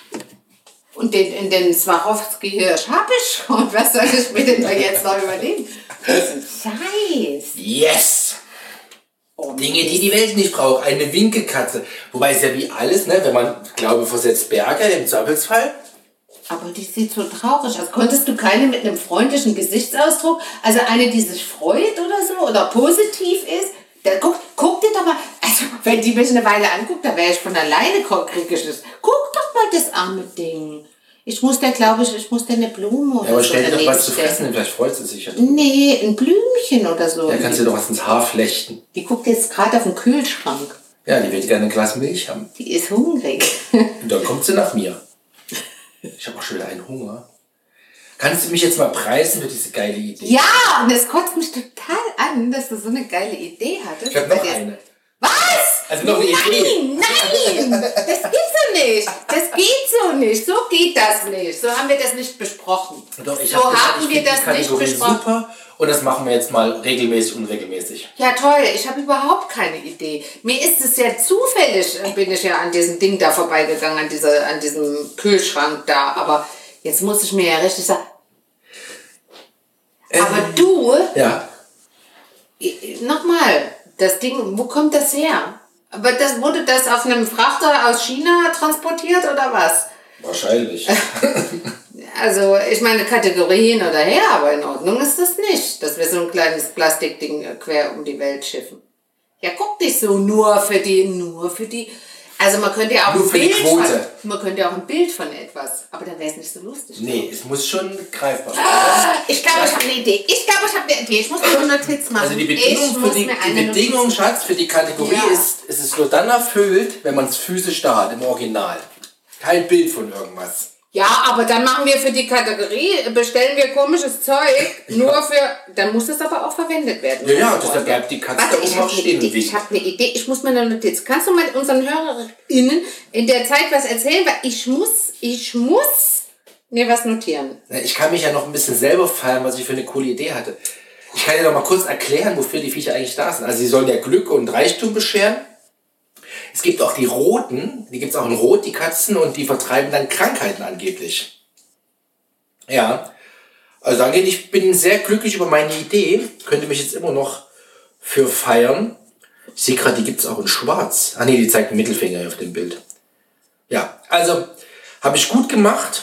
B: Und den, in den Swarovski-Hirsch habe ich schon. Was soll ich mir denn da jetzt noch überlegen? Das ist ein Scheiß.
A: ich. Yes! Dinge, die die Welt nicht braucht. Eine Winkekatze. Wobei es ja wie alles, ne? Wenn man Glaube versetzt Berge im Zweifelsfall.
B: Aber die sieht so traurig aus. Konntest du keine mit einem freundlichen Gesichtsausdruck, also eine, die sich freut oder so oder positiv ist? Da guck, guck dir doch mal, also wenn die mich eine Weile anguckt, da wäre ich von alleine ko- krieg ich das. Guck doch mal das arme Ding. Ich muss da, glaube ich, ich muss da eine Blume oder
A: Ja, aber
B: so
A: stell dir doch
B: daneben
A: was zu
B: stellen.
A: fressen, denn vielleicht freut sie sich ja.
B: Nee, ein Blümchen oder so.
A: Da kannst du dir doch was ins Haar flechten.
B: die guckt jetzt gerade auf den Kühlschrank.
A: Ja, die wird gerne ein Glas Milch haben.
B: Die ist hungrig. <laughs>
A: Und dann kommt sie nach mir. Ich habe auch schon wieder einen Hunger. Kannst du mich jetzt mal preisen für diese geile Idee?
B: ja, und es kotzt mich total an, dass du so eine geile Idee hattest.
A: Ich habe
B: Bei
A: noch
B: der-
A: eine.
B: Was?
A: Also noch eine Idee.
B: Nein, nein, das gibt's so nicht. Das geht so nicht. So geht das nicht. So haben wir das nicht besprochen.
A: Doch, ich
B: so
A: hab gesagt,
B: haben
A: ich
B: wir
A: find die
B: das nicht
A: Kategorie
B: besprochen.
A: Super. Und das machen wir jetzt mal regelmäßig und regelmäßig.
B: Ja toll, ich habe überhaupt keine Idee. Mir ist es ja zufällig, äh, bin ich ja an diesem Ding da vorbeigegangen, an, dieser, an diesem Kühlschrank da. Aber jetzt muss ich mir ja richtig sagen.
A: Ähm,
B: Aber du,
A: Ja.
B: nochmal, das Ding, wo kommt das her? Aber das wurde das auf einem Frachter aus China transportiert oder was?
A: Wahrscheinlich. <laughs>
B: Also, ich meine, Kategorien oder her, aber in Ordnung ist das nicht, dass wir so ein kleines Plastikding äh, quer um die Welt schiffen. Ja, guck dich so nur für die, nur für die. Also, man könnte ja auch
A: Nur
B: ein
A: für die
B: Bild von,
A: Quote.
B: man könnte ja auch ein Bild von etwas, aber dann wäre es nicht so lustig.
A: nee, es muss schon greifbar sein.
B: Ah, Ich glaube, ich habe eine Idee. Ich glaube, ich habe eine Idee. Ich muss mir eine Notiz machen.
A: Also die
B: ich
A: Bedingung,
B: muss
A: für die,
B: mir
A: die
B: eine Notiz-
A: Bedingung Schatz, für die Kategorie
B: Ja.
A: ist, es ist nur dann erfüllt, wenn man es physisch da hat, im Original. Kein Bild von irgendwas.
B: Ja, aber dann machen wir für die Kategorie, äh, bestellen wir komisches Zeug, nur für, dann muss das aber auch verwendet werden.
A: Ja, ja, deshalb bleibt die Katze
B: Warte,
A: da
B: ich
A: oben
B: habe
A: auch
B: eine
A: stehen
B: Idee.
A: und winkt.
B: Ich habe eine Idee. Ich muss mir eine Notiz. Kannst du mal unseren HörerInnen in der Zeit was erzählen? Weil ich muss, ich muss mir was notieren.
A: Na, Ich kann mich ja noch ein bisschen selber feiern, was ich für eine coole Idee hatte. Ich kann dir noch mal kurz erklären, wofür die Viecher eigentlich da sind. Also sie sollen ja Glück und Reichtum bescheren. Es gibt auch die Roten, die gibt es auch in Rot, die Katzen, und die vertreiben dann Krankheiten angeblich. Ja. Also danke, ich bin sehr glücklich über meine Idee. Könnte mich jetzt immer noch für feiern. Ich sehe gerade, die gibt es auch in Schwarz. Ah nee, die zeigt einen Mittelfinger hier auf dem Bild. Ja, also habe ich gut gemacht.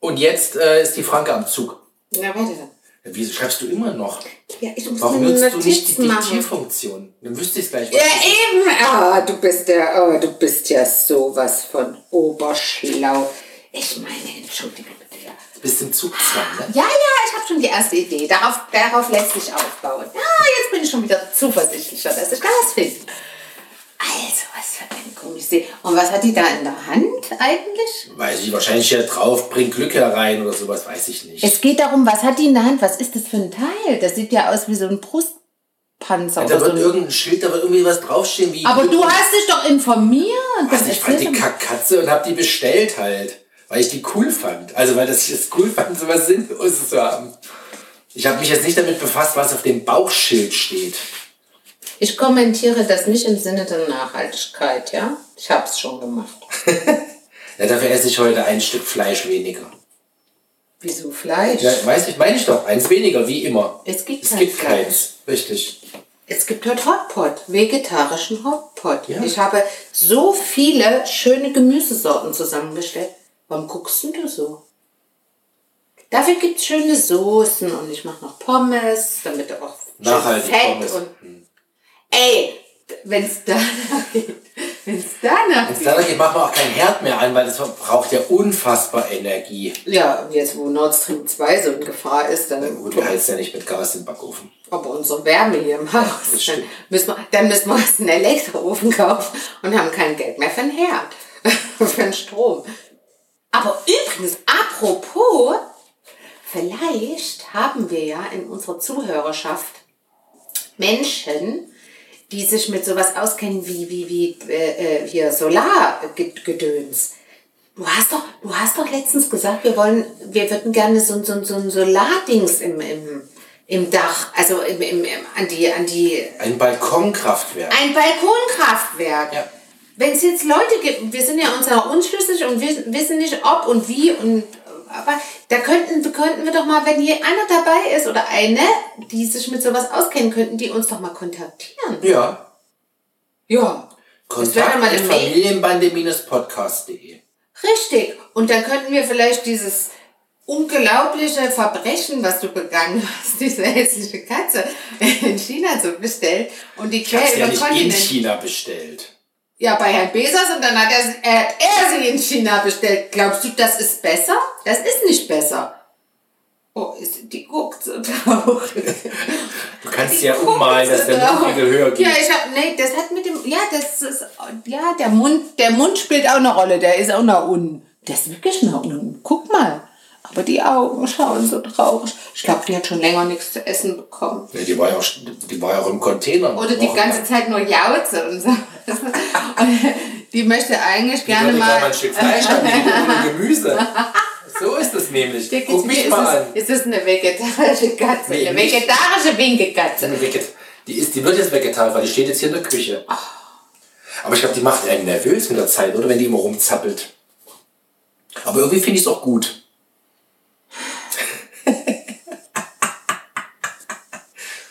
A: Und jetzt äh, ist die Franke am Zug.
B: Na, warte.
A: Ja, Wieso schreibst du immer noch?
B: Ja, ich muss
A: Warum
B: mir eine
A: nutzt du
B: Notiz
A: nicht die
B: machen.
A: Diktierfunktion? Dann wüsste ich gleich. was
B: Ja,
A: das ist.
B: eben. Ah, du bist ja, ah, du bist ja sowas von oberschlau. Ich meine, entschuldige bitte. ja.
A: Bist im Zugzwang, ne?
B: Ja, ja, ich habe schon die erste Idee. Darauf, darauf lässt sich aufbauen. Ja, jetzt bin ich schon wieder zuversichtlicher, dass ich das finde. Also, was für ein komisches Ding. Und was hat die da in der Hand eigentlich?
A: Weiß ich, wahrscheinlich hier drauf, bring Glück herein oder sowas, weiß ich nicht.
B: Es geht darum, was hat die in der Hand? Was ist das für ein Teil? Das sieht ja aus wie so ein Brustpanzer.
A: da
B: oder so
A: wird
B: ein
A: irgendein Schild, da wird irgendwie was draufstehen wie.
B: also- aber
A: Glück
B: du
A: und-
B: hast dich doch informiert.
A: Also ich fand die
B: erzähl doch mal.
A: Kackkatze und hab die bestellt halt. weil ich die cool fand. Also weil das, ich es cool fand, sowas Sinnloses zu haben. Ich habe mich jetzt nicht damit befasst, was auf dem Bauchschild steht.
B: Ich kommentiere das nicht im Sinne der Nachhaltigkeit, ja? Ich hab's schon gemacht.
A: Ja, dafür esse ich heute ein Stück Fleisch weniger.
B: Wieso Fleisch?
A: Ja, weiß ich, meine ich doch. Eins weniger, wie immer.
B: Es gibt
A: es
B: kein
A: gibt
B: Fleisch.
A: keins. Richtig.
B: Es gibt dort Hotpot, vegetarischen Hotpot.
A: Ja.
B: Ich habe so viele schöne Gemüsesorten zusammengestellt. Warum guckst denn du so? Dafür gibt es schöne Soßen und ich mache noch Pommes, damit du auch schön
A: Nachhaltig Pommes.
B: und. Ey, wenn's danach geht. <laughs> Wenn's danach
A: Jetzt dadurch machen wir auch keinen Herd mehr an, weil das braucht ja unfassbar Energie.
B: Ja, und jetzt wo Nord Stream 2 so in Gefahr ist, dann
A: Gut, du heizt ja nicht mit Gas den Backofen.
B: aber unsere Wärme hier im Haus,
A: das
B: dann
A: stimmt.
B: müssen, wir, dann müssen wir uns einen Elektroofen kaufen und haben kein Geld mehr für den Herd, <laughs> für den Strom. Aber übrigens, apropos, vielleicht haben wir ja in unserer Zuhörerschaft Menschen, die sich mit sowas auskennen wie, wie, wie äh, äh, hier Solargedöns. Du hast doch, du hast doch letztens gesagt, wir wollen, wir würden gerne so, ein- so, ein- so ein Solardings im, im, im Dach, also im, im, im, an die, an die,
A: Ein Balkonkraftwerk.
B: ein Balkonkraftwerk.
A: Ja.
B: Wenn es jetzt Leute gibt, wir sind ja uns auch unschlüssig und wissen, wissen nicht ob und wie und aber da könnten, könnten wir doch mal, wenn hier einer dabei ist oder eine, die sich mit sowas auskennen könnten, die uns doch mal kontaktieren.
A: ja.
B: Ja. Das wäre
A: Kontakt
B: doch mal
A: mit
B: eine Mail.
A: familienbande-podcast.de.
B: Richtig. Und dann könnten wir vielleicht dieses unglaubliche Verbrechen, was du begangen hast, <laughs> diese hässliche Katze in China zu bestellen und die
A: Ich hab's
B: quer
A: ja
B: über
A: nicht in
B: Kontinent.
A: China bestellt.
B: Ja, bei Herrn Bezos und dann hat er, sie- er, hat er sie in China bestellt. Glaubst du, das ist besser? Das ist nicht besser. Oh, ist, die guckt so traurig.
A: Du kannst
B: Die
A: ja
B: guckt
A: ummalen, dass
B: so
A: der
B: traurig.
A: Mundwinkel höher geht.
B: Ja, ich hab, nee, das hat mit dem, ja, das ist, ja, der Mund, der Mund spielt auch eine Rolle, der ist auch nach unten. Der ist wirklich nach unten, guck mal. Aber die Augen schauen so traurig. Ich glaube, die hat schon länger nichts zu essen bekommen.
A: Ja, die war ja auch, die war ja auch im Container. Oh
B: Oder die ganze Zeit nur Jauze und so. Und die möchte eigentlich
A: gerne
B: gerne
A: mal.
B: mal...
A: ein Stück Fleisch haben,
B: <laughs>
A: ohne Gemüse. So ist es nämlich.
B: Dicke
A: Guck mich
B: ist,
A: mal
B: es,
A: an.
B: ist es eine vegetarische Katze?
A: Nee,
B: eine
A: nicht.
B: vegetarische Winkekatze.
A: Eine Veget- Die, ist, die wird jetzt vegetarisch, weil die steht jetzt hier in der Küche. Aber ich glaube, die macht einen nervös mit der Zeit, oder? Wenn die immer rumzappelt. Aber irgendwie finde ich es auch gut. <laughs>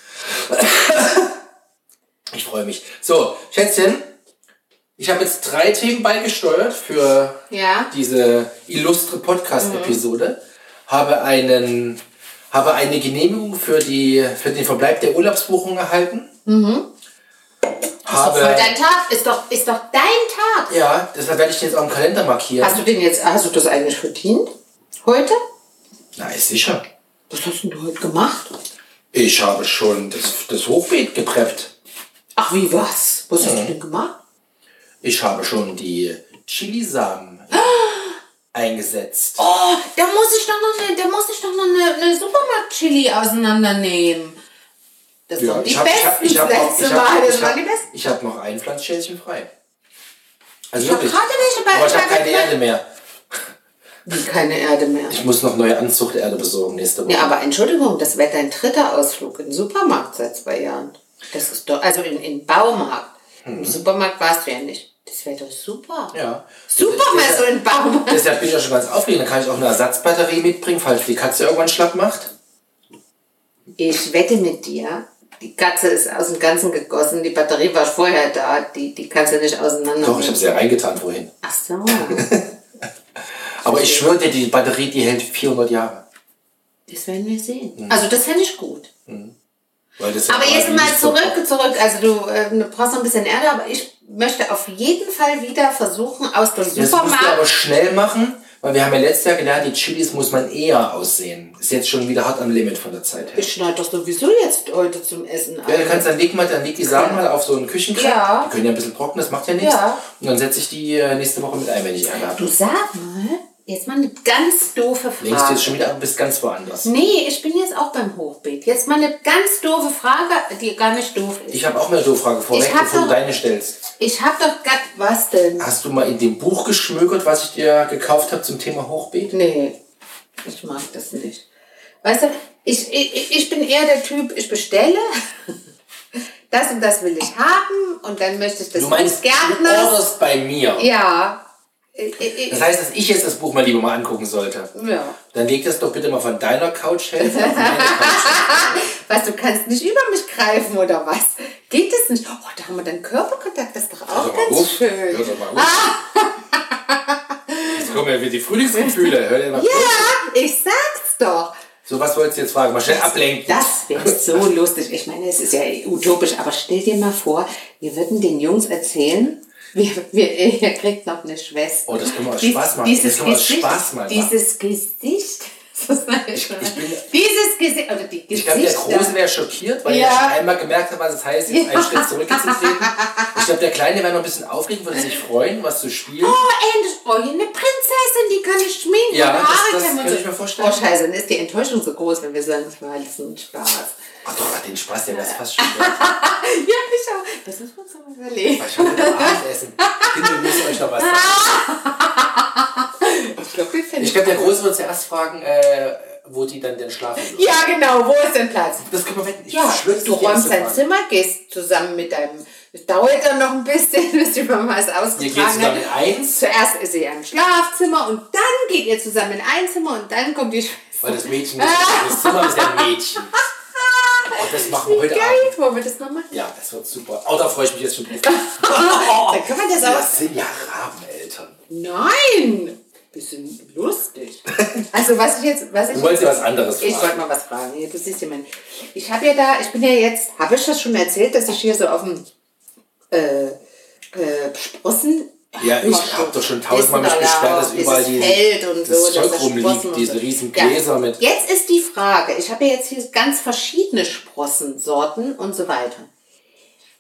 A: Ich freue mich. So, Schätzchen, ich habe jetzt drei Themen beigesteuert für
B: Ja.
A: diese illustre Podcast-Episode.
B: Mhm.
A: Habe einen, habe eine Genehmigung für die, für den Verbleib der Urlaubsbuchung erhalten.
B: Mhm. Ist doch voll
A: Habe,
B: dein Tag ist doch, ist doch dein Tag.
A: ja, deshalb werde ich den jetzt auch im Kalender markieren.
B: Hast du den jetzt, hast du das eigentlich verdient? Heute?
A: Na, ist sicher.
B: Was hast denn du heute gemacht?
A: Ich habe schon das, das Hochbeet gepreppt.
B: Ach, wie was? Was hast du denn gemacht?
A: Ich habe schon die
B: <gasps>
A: Chilisamen eingesetzt.
B: Oh, da muss ich doch noch eine, da muss ich doch noch eine, eine Supermarkt-Chili auseinandernehmen. Das
A: Ja,
B: waren Oh, die
A: ich hab- ich hab-
B: besten
A: ich hab noch-
B: letzte
A: ich hab-
B: Mal.
A: ich
B: Das
A: hab-
B: waren die besten.
A: Ich habe noch ein Pflanzschälchen frei. Also
B: Ich hab
A: wirklich.
B: gerade welche bei-
A: aber ich habe
B: bei-
A: keine
B: bei-
A: Erde mehr.
B: Wie keine Erde mehr.
A: Ich muss noch neue Anzuchterde besorgen nächste Woche.
B: Ja, aber Entschuldigung, das wäre dein dritter Ausflug in den Supermarkt seit zwei Jahren. Das ist doch, also in, in Baumarkt. Im Supermarkt warst du ja nicht. Das wäre doch super.
A: Hm. Ja.
B: Super, mal so in Baumarkt.
A: Deshalb bin ich auch schon ganz aufregend. Dann kann ich auch eine Ersatzbatterie mitbringen, falls die Katze irgendwann schlapp macht.
B: Ich wette mit dir, die Katze ist aus dem Ganzen gegossen, die Batterie war vorher da, die, die kannst du nicht auseinander.
A: Doch, ich habe sie ja reingetan vorhin.
B: Ach so.
A: Aber ich schwöre dir, die Batterie, die hält 400 Jahre.
B: Das werden wir sehen. Also das fände ich gut.
A: Weil das
B: Aber
A: Mhm. ja
B: jetzt
A: quasi
B: mal
A: nicht so-
B: zurück, zurück. Also du, äh, du brauchst noch ein bisschen Ärger, aber ich möchte auf jeden Fall wieder versuchen, aus dem
A: Das musst du aber
B: Supermarkt.
A: schnell machen, weil wir haben ja letztes Jahr gelernt, die Chilis muss man eher aussehen. Ist jetzt schon wieder hart am Limit von der Zeit her.
B: Ich schneide doch sowieso jetzt heute zum Essen an.
A: Ja, du kannst dann leg mal, dann leg die Samen mal auf so einen Küchenkrepp.
B: Ja.
A: Die können ja ein bisschen trocknen, das macht ja nichts.
B: Ja.
A: Und dann setze ich die äh, nächste Woche mit ein, wenn ich Ärger habe.
B: Du sag mal, Jetzt mal eine ganz doofe Frage.
A: Links du jetzt schon wieder, bist ganz woanders.
B: Nee, ich bin jetzt auch beim Hochbeet. Jetzt mal eine ganz doofe Frage, die gar nicht doof ist.
A: Ich habe auch mal eine doofe Frage vorweg,
B: Ich hab
A: bevor du
B: doch-
A: deine stellst.
B: Ich hab doch grad was denn?
A: Hast du mal in dem Buch geschmökert, was ich dir gekauft habe zum Thema Hochbeet?
B: Nee, ich mag das nicht. Weißt du, ich, ich, ich bin eher der Typ, ich bestelle. <laughs> Das und das will ich haben und dann möchte ich das
A: Du meinst,
B: des
A: du
B: Gärtners.
A: orderst bei mir.
B: Ja. Äh, Ich, ich,
A: Das
B: ich,
A: heißt, dass ich jetzt das Buch mal lieber mal angucken sollte.
B: <laughs> ja.
A: Dann leg das doch bitte mal von deiner
B: <laughs>
A: Couchhälfte auf meine Couch.
B: Was, du kannst nicht über mich greifen oder was? Geht das nicht? Oh, da haben wir dann Körperkontakt, das ist doch auch
A: Hör doch mal
B: ganz
A: auf.
B: schön.
A: Hör doch mal
B: <laughs>
A: auf. Jetzt kommen ja wieder die Frühlingsgefühle. Hör dir mal
B: Ja, <laughs> ich sag's doch.
A: So, was wolltest du jetzt fragen? Mal schnell ablenken.
B: Das wäre so lustig. Ich meine, es ist ja utopisch, aber stell dir mal vor, wir würden den Jungs erzählen, wir, wir, ihr kriegt noch eine Schwester.
A: Oh, das können wir aus
B: Dies-
A: Spaß machen.
B: Dieses
A: Das können wir aus
B: Gesicht,
A: Spaß mal machen.
B: Dieses Gesicht. <laughs> Das ist meine ich,
A: bin-
B: dieses Gesicht, oder die
A: Ich glaube, der
B: Gesichter.
A: Große wäre schockiert, weil
B: Ja.
A: er schon einmal gemerkt hat, was es heißt, jetzt
B: Ja.
A: einen Schritt zurück zu treten. Ich glaube, der Kleine wäre noch ein bisschen aufregend, würde sich freuen, was zu spielen.
B: Oh, endlich, oh, hier eine Prinzessin, die kann ich schminken
A: Ja,
B: und
A: das-
B: Haare
A: das
B: kämmen und
A: kann
B: so.
A: ich mir vorstellen.
B: Oh, scheiße, dann ist die Enttäuschung so groß, wenn wir sagen, es war alles ein Spaß. <laughs>
A: Ach doch, den Spaß, der wäre fast schon. wert.
B: Ja, ich auch. Das müssen wir uns noch überlegen.
A: Aber Ich habe heute Abendessen. Kinder, wir müssen euch noch was sagen.
B: Ich glaube, wir finden
A: Ich glaube, der Große wird zuerst fragen, äh, wo die dann denn schlafen. wird.
B: Ja, genau, wo ist denn Platz?
A: Das können wir wetten. Ich
B: Ja,
A: schwöre, das
B: du
A: ist die erste
B: räumst dein
A: Frage.
B: Zimmer, gehst zusammen mit deinem. Es dauert dann noch ein bisschen, <laughs> bis die Mama es
A: Ihr geht
B: ausgetragen
A: zusammen
B: hat.
A: in eins,
B: Zuerst ist sie im Schlafzimmer und dann geht ihr zusammen in ein Zimmer und dann kommt die Schwester.
A: weil das Mädchen ist, das Zimmer ist ein Mädchen. Oh, das machen wir heute Abend.
B: Geil, wollen wir das noch machen?
A: Ja, das wird super. Oh, da freue ich mich jetzt schon drauf.
B: Dann kann man das auch.
A: Das sind ja Rabeneltern.
B: Nein! Wir sind lustig. <laughs> Also, was ich jetzt. Was ich
A: Du wolltest ja was anderes
B: Ich wollte
A: fragen.
B: mal was fragen. Hier, Du siehst ja mein. Ich habe ja da, ich bin ja jetzt, habe ich das schon erzählt, dass ich hier so auf dem äh, äh, Sprossen.
A: Ja, ich
B: Immer
A: hab doch schon tausendmal mich
B: Wissen
A: beschwert, dass
B: dieses
A: überall die-
B: Feld und
A: das
B: so, dass
A: Zeug
B: da
A: rumliegt,
B: Sprossen und
A: diese
B: so.
A: riesen Gläser mit-
B: Jetzt ist die Frage, ich habe ja jetzt hier ganz verschiedene Sprossensorten und so weiter.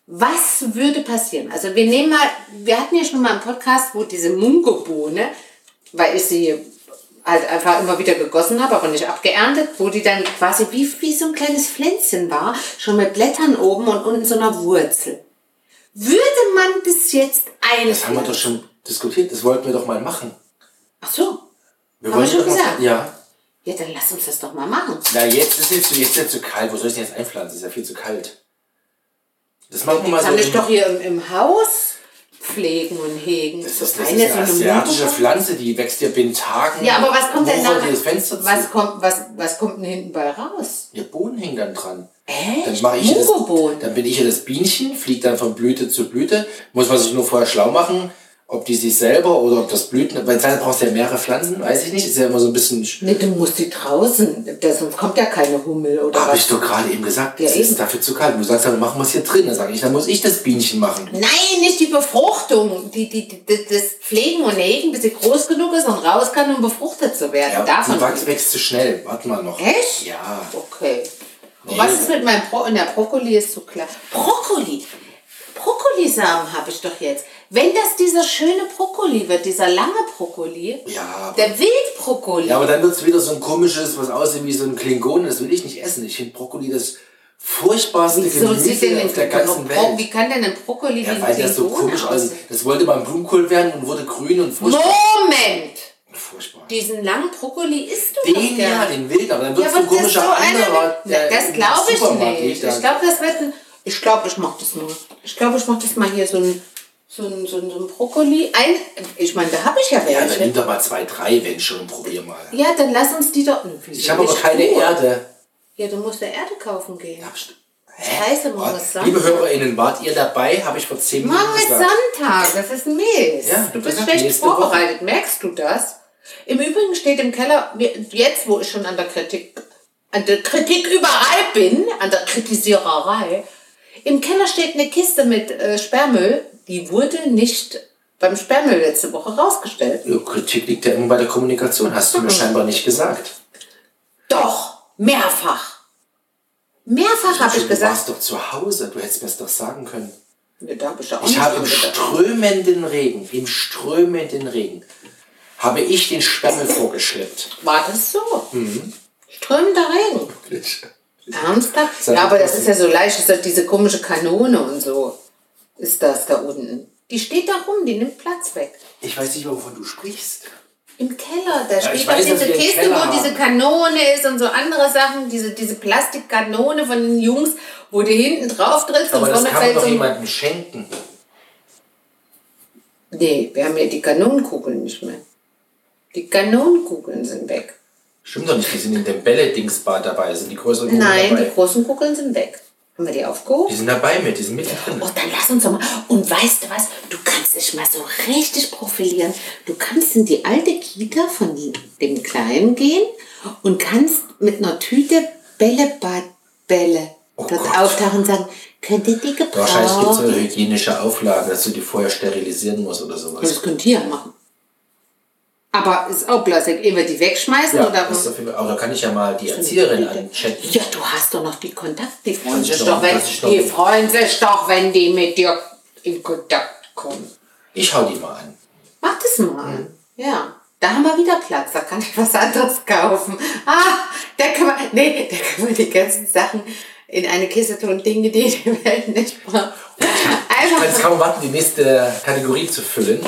B: Was würde passieren? Also wir nehmen mal, wir hatten ja schon mal einen Podcast, wo diese Mungobohne, weil ich sie halt einfach immer wieder gegossen habe, aber nicht abgeerntet, wo die dann quasi wie, wie so ein kleines Pflänzchen war, schon mit Blättern oben und unten so einer Wurzel. Würde man bis jetzt ein...
A: Das haben wir doch schon diskutiert. Das wollten wir doch mal machen.
B: Ach so.
A: Wir
B: Haben wir schon
A: doch mal-
B: gesagt.
A: Ja.
B: Ja, dann lass uns das doch mal machen.
A: Na, jetzt ist jetzt, jetzt ist ja zu kalt. Wo soll ich denn jetzt einpflanzen? Ist ja viel zu kalt. Das machen wir mal
B: Kann
A: so.
B: ich
A: Also im-
B: doch hier im, im Haus pflegen und hegen.
A: das ist, das ist
B: Eine
A: eine
B: so eine
A: asiatische
B: Mundbusche-
A: Pflanze, die wächst ja binnen Tagen.
B: Ja, aber was kommt denn
A: Woche
B: da?
A: dieses Fenster zu.
B: was, kommt, was, was kommt denn hinten bei raus?
A: Der Bohnen hängt dann dran.
B: Echt?
A: Dann mache ich ja das,
B: Mungobohnen?
A: Dann bin ich ja das Bienchen, fliegt dann von Blüte zu Blüte. Muss man sich nur vorher schlau machen, ob die sich selber oder ob das Blüten. Weil dann brauchst du ja mehrere Pflanzen, weiß ich nicht. Ist ja immer so ein bisschen.
B: Nee, du musst die draußen, da- sonst kommt ja keine Hummel oder
A: Habe
B: was.
A: ich doch gerade eben gesagt,
B: Ja,
A: es ist
B: eben.
A: dafür zu kalt. Du sagst, dann machen wir es hier drin. Dann sage ich, dann muss ich das Bienchen machen.
B: Nein, nicht die Befruchtung. Die, die, die, die- das Pflegen und Hegen, bis sie groß genug ist und raus kann, um befruchtet zu werden.
A: Ja,
B: Davon
A: die Wachs wächst zu schnell. Warte mal noch.
B: Echt?
A: Ja.
B: Okay. Und was ist mit meinem Bro Na, Brokkoli ist zu klar. Brokkoli! Brokkolisamen habe ich doch jetzt. Wenn das dieser schöne Brokkoli wird, dieser lange Brokkoli,
A: Ja, aber-
B: der Wildbrokkoli.
A: Ja, aber dann wird es wieder so ein komisches, was aussieht wie so ein Klingon. Das will ich nicht essen. Ich finde Brokkoli das furchtbarste
B: Wieso sieht denn
A: Gemüse
B: ein
A: auf der ganzen
B: Bro-
A: Welt.
B: Wie kann denn ein Brokkoli
A: Ja, weil das so komisch aussieht. Das wollte mal ein Blumenkohl werden und wurde grün und furchtbar.
B: Moment!
A: furchtbar.
B: Diesen langen Brokkoli isst du doch
A: Den
B: gern.
A: ja, den wilden, aber dann
B: Ja,
A: wird es ein
B: aber das ist so
A: komischer
B: einer,
A: anderer.
B: der,
A: der
B: das
A: im
B: glaube ich
A: Supermarkt
B: nicht.
A: liegt.
B: Ich glaube, das wird ein, ich glaube, ich mache das mal. Ich glaube, ich mache das mal hier so ein, so ein, so ein, so ein Brokkoli. Ein, ich meine, da habe ich ja
A: Ja, dann
B: welche.
A: nimm doch mal zwei, drei, wenn schon, probier mal.
B: Ja, dann lass uns die doch.
A: Ich habe aber keine Erde.
B: Ja, du musst ja Erde kaufen gehen. Scheiße,
A: Scheiße,
B: man muss Sand-
A: Liebe HörerInnen, wart ihr dabei? Habe ich vor zehn Minuten
B: Morgen ist
A: gesagt.
B: Sonntag, das ist mies.
A: Ja,
B: du
A: das
B: bist
A: ist
B: schlecht
A: nächste Woche.
B: vorbereitet, merkst du das? Im Übrigen steht im Keller, wir- jetzt wo ich schon an der Kritik, an der Kritik überall bin, an der Kritisiererei, im Keller steht eine Kiste mit äh, Sperrmüll, die wurde nicht beim Sperrmüll letzte Woche rausgestellt.
A: Ja, Äh, Kritik liegt ja immer bei der Kommunikation, hast du mir scheinbar nicht gesagt.
B: Doch, mehrfach. Mehrfach habe ich
A: du
B: gesagt.
A: warst doch zu Hause, du hättest mir es doch sagen können.
B: Ja, da hab ich ja auch
A: Ich
B: nicht
A: habe im
B: dran gedacht.
A: strömenden Regen, im strömenden Regen, habe ich den Sperrmüll vorgeschleppt.
B: War das so? Strömender Regen. Ernsthaft?
A: Seit
B: Ja, aber
A: dem
B: das ist ja so leicht. Das ist doch diese komische Kanone und so. Ist das da unten? Die steht da rum, die nimmt Platz weg.
A: Ich weiß nicht, wovon du sprichst.
B: Im Keller, da
A: ich
B: steht doch
A: weiß, dass
B: diese
A: wir einen
B: Kiste,
A: Keller
B: wo diese
A: haben.
B: Kanone ist und so andere Sachen, diese, diese Plastikkanone von den Jungs, wo du hinten drauf trittst
A: Aber
B: und
A: das
B: vorne
A: kann
B: um.
A: man
B: fällt
A: doch
B: so ein...
A: jemandem schenken.
B: Nee, wir haben ja die Kanonenkugeln nicht mehr. Die Kanonenkugeln sind weg.
A: Stimmt doch nicht, die sind in dem Bälle-Dingsbad dabei, sind die größeren Kugeln
B: Nein,
A: dabei.
B: die großen Kugeln sind weg. Haben wir die
A: Die
B: aufgehoben?
A: sind dabei mit, die sind mit drin.
B: Oh, dann lass uns doch mal. Und weißt du was? Du kannst dich mal so richtig profilieren. Du kannst in die alte Kita von dem Kleinen gehen und kannst mit einer Tüte Bällebadbälle dort
A: Oh Gott.
B: auftauchen und sagen, könnt ihr die
A: Wahrscheinlich gibt es so
B: gebrauchen?
A: hygienische Auflagen, dass du die vorher sterilisieren musst oder sowas.
B: Das könnt ihr ja machen. Aber ist auch Plastik. Ehe wir die wegschmeißen
A: Ja,
B: oder
A: das ist auf jeden Fall, aber da kann ich ja mal die Erzieherin anchatten.
B: Ja, du hast doch noch die Kontakte. Die
A: Das
B: freuen
A: ist
B: sich doch,
A: doch-
B: wenn,
A: das ist doch-
B: die freuen sich doch, wenn die mit dir in Kontakt kommen.
A: Ich hau die mal an.
B: Mach das mal. Ja. Da haben wir wieder Platz, da kann ich was anderes kaufen. Ah, da kann man, nee, da kann man die ganzen Sachen in eine Kiste tun, Dinge, die die Welt nicht braucht. Also,
A: Weil Jetzt
B: Einfach,
A: kann man warten, die nächste Kategorie zu füllen.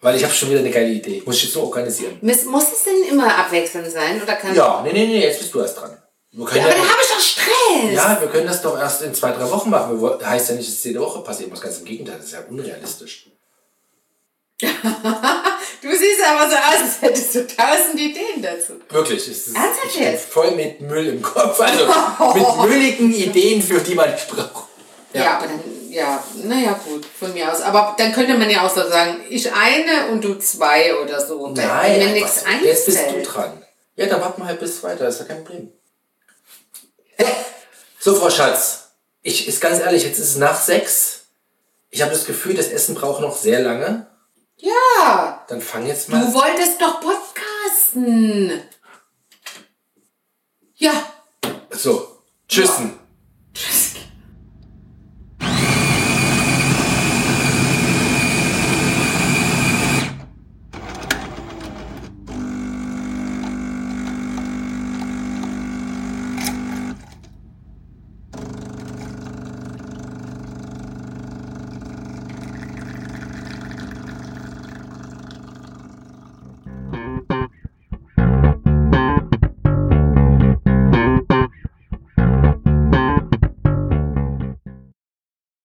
A: Weil ich habe schon wieder eine geile Idee. Muss ich jetzt nur organisieren.
B: muss, muss es denn immer abwechselnd sein, oder kann
A: Ja, nee, nee, nee, jetzt bist du erst dran. Wir können
B: Aber da
A: ja,
B: habe ich doch Stress.
A: ja, wir können das doch erst in zwei, drei Wochen machen. Wir wo- Heißt ja nicht, dass es jede Woche passieren muss. Ganz im Gegenteil, das ist ja unrealistisch.
B: Du siehst aber so aus, als hättest du tausend Ideen dazu.
A: Wirklich, es ist,
B: Ernsthaft
A: ich bin
B: jetzt?
A: voll mit Müll im Kopf. Also
B: <laughs>
A: mit mülligen Ideen, für die man nicht braucht.
B: Ja, aber dann, ja, naja, gut, von mir aus. Aber dann könnte man ja auch so sagen, ich eine und du zwei oder so. Wenn
A: Nein, einfach
B: mir nichts
A: so. jetzt bist du
B: einfällt.
A: dran. Ja, dann warten wir halt bis weiter, ist ja kein Problem. So, Frau Schatz, ich ist ganz ehrlich, jetzt ist es nach sechs. Ich habe das Gefühl, das Essen braucht noch sehr lange.
B: Ja,
A: Dann fang jetzt mal.
B: du wolltest doch podcasten. Ja,
A: so, tschüssen.